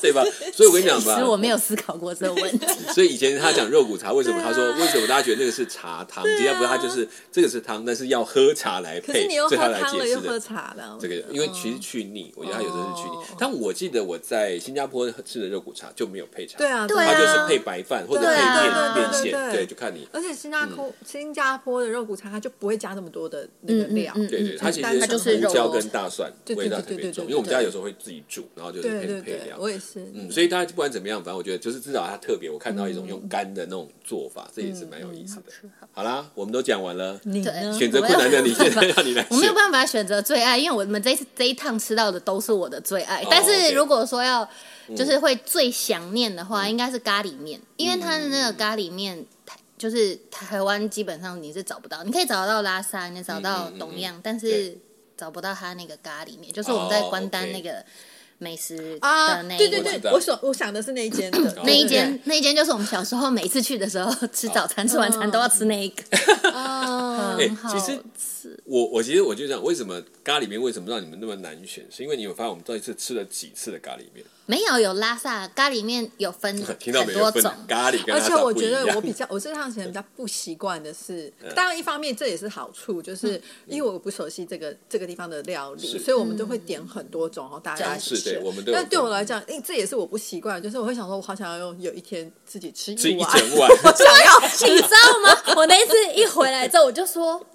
[SPEAKER 1] 对吧？所以我跟你讲
[SPEAKER 3] 其
[SPEAKER 1] 吧，
[SPEAKER 3] 实我没有思考过这个问题，
[SPEAKER 1] 所以以前他讲肉骨茶，为什么他说
[SPEAKER 2] 啊
[SPEAKER 1] 为什么大家觉得那个是茶汤？其实不是，他就是这个是汤，但是要喝茶来
[SPEAKER 2] 可是
[SPEAKER 1] 配，
[SPEAKER 2] 你又
[SPEAKER 1] 所
[SPEAKER 2] 喝
[SPEAKER 1] 以他来
[SPEAKER 2] 汤
[SPEAKER 1] 解
[SPEAKER 2] 了，
[SPEAKER 1] 释
[SPEAKER 2] 又喝
[SPEAKER 1] 的。
[SPEAKER 2] 茶了，
[SPEAKER 1] 这个因为其实去腻，我觉得他有时候是去腻
[SPEAKER 2] 哦。
[SPEAKER 1] 但我记得我在新加坡吃的肉骨茶就没有配茶，
[SPEAKER 2] 对，啊，
[SPEAKER 3] 对
[SPEAKER 1] 它
[SPEAKER 3] 啊
[SPEAKER 1] 就是配白饭或者配
[SPEAKER 3] 对
[SPEAKER 1] 面
[SPEAKER 3] 啊
[SPEAKER 1] 面
[SPEAKER 2] 对对
[SPEAKER 1] 线，对，
[SPEAKER 2] 对
[SPEAKER 1] 就看你。
[SPEAKER 2] 而且
[SPEAKER 1] 嗯
[SPEAKER 2] 新加坡、新加坡的肉骨茶，它就不会加那么多的那个料，
[SPEAKER 3] 嗯嗯嗯
[SPEAKER 1] 对对，它其实
[SPEAKER 2] 单纯嗯
[SPEAKER 3] 就是肉
[SPEAKER 1] 胡椒跟大蒜
[SPEAKER 2] 对对
[SPEAKER 1] 味道
[SPEAKER 2] 对
[SPEAKER 1] 特别
[SPEAKER 2] 对对
[SPEAKER 1] 重，
[SPEAKER 2] 对
[SPEAKER 1] 因为我们家
[SPEAKER 3] 对
[SPEAKER 1] 有时候会自己煮，然后就是
[SPEAKER 2] 对
[SPEAKER 1] 配
[SPEAKER 2] 对
[SPEAKER 1] 配
[SPEAKER 2] 对
[SPEAKER 1] 料，。
[SPEAKER 2] 我也是，
[SPEAKER 1] 嗯，所以大家不管怎么样，反正我觉得就是至少它特别，我看到一种
[SPEAKER 2] 嗯
[SPEAKER 1] 用干的那种做法，这也是蛮有意思的。好啦，我们都讲完了，
[SPEAKER 2] 你
[SPEAKER 3] 对
[SPEAKER 2] 呢？
[SPEAKER 1] 选择困难的你，现在让你来
[SPEAKER 3] 我没
[SPEAKER 1] 选。
[SPEAKER 3] 有办法选择最爱，因为我们这一次这一趟吃到的都是我的最爱。
[SPEAKER 1] 哦
[SPEAKER 3] 但
[SPEAKER 1] OK 嗯
[SPEAKER 3] 是如果说要就是会最想念的话，应该是咖喱面，因为它的那
[SPEAKER 1] 嗯
[SPEAKER 3] 个咖喱面。台就是台湾基本上你是找不到，你可以找到拉萨，你找到
[SPEAKER 1] 嗯嗯嗯
[SPEAKER 3] 东样，但是
[SPEAKER 1] 对
[SPEAKER 3] 找不到它那个咖喱面，就是我们在
[SPEAKER 1] 哦
[SPEAKER 3] 关丹
[SPEAKER 1] OK
[SPEAKER 3] 那个美食
[SPEAKER 1] 哦
[SPEAKER 2] 啊，
[SPEAKER 3] 的那
[SPEAKER 2] 对
[SPEAKER 3] 一
[SPEAKER 2] 对
[SPEAKER 1] 我
[SPEAKER 3] 碗
[SPEAKER 1] 知
[SPEAKER 2] 对
[SPEAKER 1] 道，
[SPEAKER 2] 我想我想的是那一间的
[SPEAKER 1] 那
[SPEAKER 3] 那一
[SPEAKER 1] 对哦
[SPEAKER 3] 间那一间就是我们小时候每次去的时候吃早餐，吃晚餐都要吃那一个，
[SPEAKER 1] 嗯
[SPEAKER 3] 哦
[SPEAKER 2] 啊，
[SPEAKER 1] 哎
[SPEAKER 3] 很好
[SPEAKER 1] 其实
[SPEAKER 3] 吃。
[SPEAKER 1] 我我其实我就想，为什么咖喱面为什么让你们那么难选？是因为你有发现我们这一次吃了几次的咖喱面？
[SPEAKER 3] 没有有拉萨咖喱面有分
[SPEAKER 1] 听到
[SPEAKER 3] 很
[SPEAKER 1] 没有
[SPEAKER 3] 多
[SPEAKER 1] 分
[SPEAKER 3] 种，
[SPEAKER 1] 咖喱跟
[SPEAKER 2] 而
[SPEAKER 1] 拉
[SPEAKER 2] 且
[SPEAKER 1] 萨
[SPEAKER 2] 我
[SPEAKER 1] 不
[SPEAKER 2] 觉
[SPEAKER 1] 一
[SPEAKER 2] 得我
[SPEAKER 1] 样。嗯
[SPEAKER 2] 比较，我这趟行程比较不习惯 的是，当然一方面这也是好处，就是因为我不熟悉这个这个地方的料
[SPEAKER 1] 是
[SPEAKER 2] 理，所以我们都会
[SPEAKER 3] 嗯
[SPEAKER 2] 点很多种，然后大家一起
[SPEAKER 1] 是对
[SPEAKER 2] 吃
[SPEAKER 1] 我们。都有嗯
[SPEAKER 2] 但对我来讲，哎，这也是我不习惯，就是我会想说，我好想要有有一天自己吃
[SPEAKER 1] 吃
[SPEAKER 2] 一
[SPEAKER 1] 一
[SPEAKER 2] 碗，
[SPEAKER 1] 整 碗，
[SPEAKER 2] 我想要 吃
[SPEAKER 3] 你知道吗？我那一次一回来之后，我就说。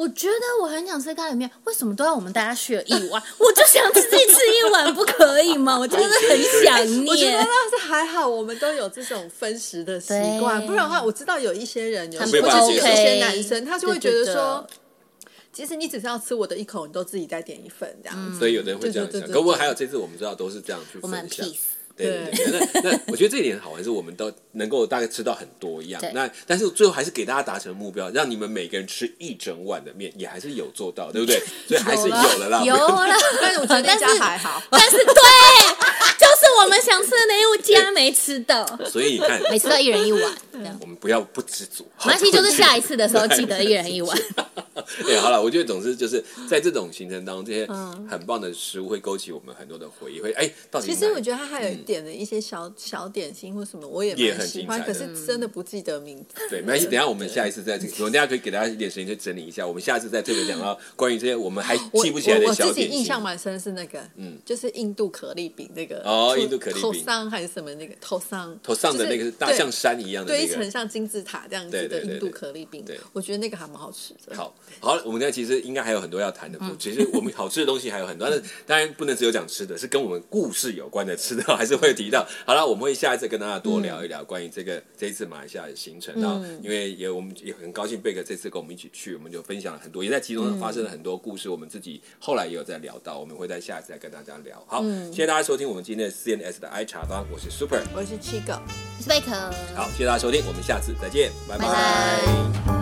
[SPEAKER 3] 我觉得我很想吃咖喱面，为什么都要我们大家选一碗？我就想自己吃一碗，不可以吗？我真的很想
[SPEAKER 2] 我觉得
[SPEAKER 3] 念。
[SPEAKER 2] 那是还好，我们都有这种分食的习惯，
[SPEAKER 3] 对
[SPEAKER 2] 不然的话，我知道有一些人有，
[SPEAKER 3] 他
[SPEAKER 2] 或
[SPEAKER 3] 们
[SPEAKER 1] 没
[SPEAKER 2] 者
[SPEAKER 1] 办法
[SPEAKER 2] 是有
[SPEAKER 1] 接受
[SPEAKER 2] 一些男生，他就会觉得
[SPEAKER 3] 对对
[SPEAKER 2] 说
[SPEAKER 3] 对，
[SPEAKER 2] 其实你只是要吃我的一口，你都自己再点一份这
[SPEAKER 3] 嗯
[SPEAKER 2] 样子。
[SPEAKER 1] 所以有的人会这样
[SPEAKER 2] 对
[SPEAKER 1] 想
[SPEAKER 2] 对。对对
[SPEAKER 1] 可我还有这次我们知道都是这样去
[SPEAKER 3] 我
[SPEAKER 1] 分
[SPEAKER 3] 们很
[SPEAKER 1] 享。
[SPEAKER 3] peace，
[SPEAKER 1] 对对对，那那我觉得这一点很好玩，是我们都能够大概吃到很多一样
[SPEAKER 3] 对。
[SPEAKER 1] 那但是最后还是给大家达成目标，让你们每个人吃一整碗的面，也还是有做到，对不 对？所以还是有了啦。
[SPEAKER 3] 有了，
[SPEAKER 2] 但是我觉得那
[SPEAKER 3] 但是
[SPEAKER 2] 家还好，
[SPEAKER 3] 但是对，就是我们想吃的那一家没吃到，
[SPEAKER 1] 所以你看，
[SPEAKER 3] 每次都一人一碗，这样。
[SPEAKER 1] 我们不要不知足。
[SPEAKER 3] 没关系，就是下一次的时候记得一人一碗。
[SPEAKER 1] 对，好了，我觉得总之就是在这种行程当中，这些很棒的食物会勾起我们很多的回忆，会哎，到底
[SPEAKER 2] 嗯其实
[SPEAKER 1] 哪
[SPEAKER 2] 我觉得它还有一点的一些小小点心或什么，我也
[SPEAKER 1] 也很
[SPEAKER 2] 蛮喜
[SPEAKER 1] 精
[SPEAKER 2] 欢，
[SPEAKER 1] 彩
[SPEAKER 2] 可
[SPEAKER 1] 的
[SPEAKER 2] 是真的不记得名字。
[SPEAKER 1] 对，没关系，等一下我们下一次再，我们大家可以给大家一点时间去整理一下，我们下次再特别讲到关于这些我们还
[SPEAKER 2] 我
[SPEAKER 1] 记不起来的
[SPEAKER 2] 我我
[SPEAKER 1] 小
[SPEAKER 2] 自己
[SPEAKER 1] 点
[SPEAKER 2] 印
[SPEAKER 1] 心。
[SPEAKER 2] 象蛮深是那个，嗯，就是印度可丽饼那个
[SPEAKER 1] 哦
[SPEAKER 2] 出
[SPEAKER 1] 印度可丽饼
[SPEAKER 2] 头上还是什么那个头上
[SPEAKER 1] 头上的那个是大象山一样的
[SPEAKER 2] 堆
[SPEAKER 1] 那
[SPEAKER 2] 一层
[SPEAKER 1] 个。
[SPEAKER 2] 像金字塔这样
[SPEAKER 1] 对
[SPEAKER 2] 子
[SPEAKER 1] 对
[SPEAKER 2] 的
[SPEAKER 1] 对
[SPEAKER 2] 印度
[SPEAKER 1] 对
[SPEAKER 2] 可丽饼
[SPEAKER 1] 对，
[SPEAKER 2] 我觉得那个还蛮好吃的。
[SPEAKER 1] 好，好了，我们现在其实应该还有很多要谈的，不，其实我们好吃的东西还有很多，但是当然不能只有讲吃的，是跟我们故事有关的吃的还是会提到。好了，我们会下一次跟大家多聊一聊关于这个这一次马来西亚的行程，然后因为也我们也很高兴贝克这次跟我们一起去，我们就分享了很多，也在其中发生了很多故事，我们自己后来也有在聊到，我们会在下一次再跟大家聊。好，谢谢大家收听我们今天的 CNS 的 I 茶坊，我是 Super，
[SPEAKER 2] 我是七个。
[SPEAKER 3] 我是贝壳。
[SPEAKER 1] 嗯好，谢谢大家收听，我们下次再见，拜
[SPEAKER 3] 拜拜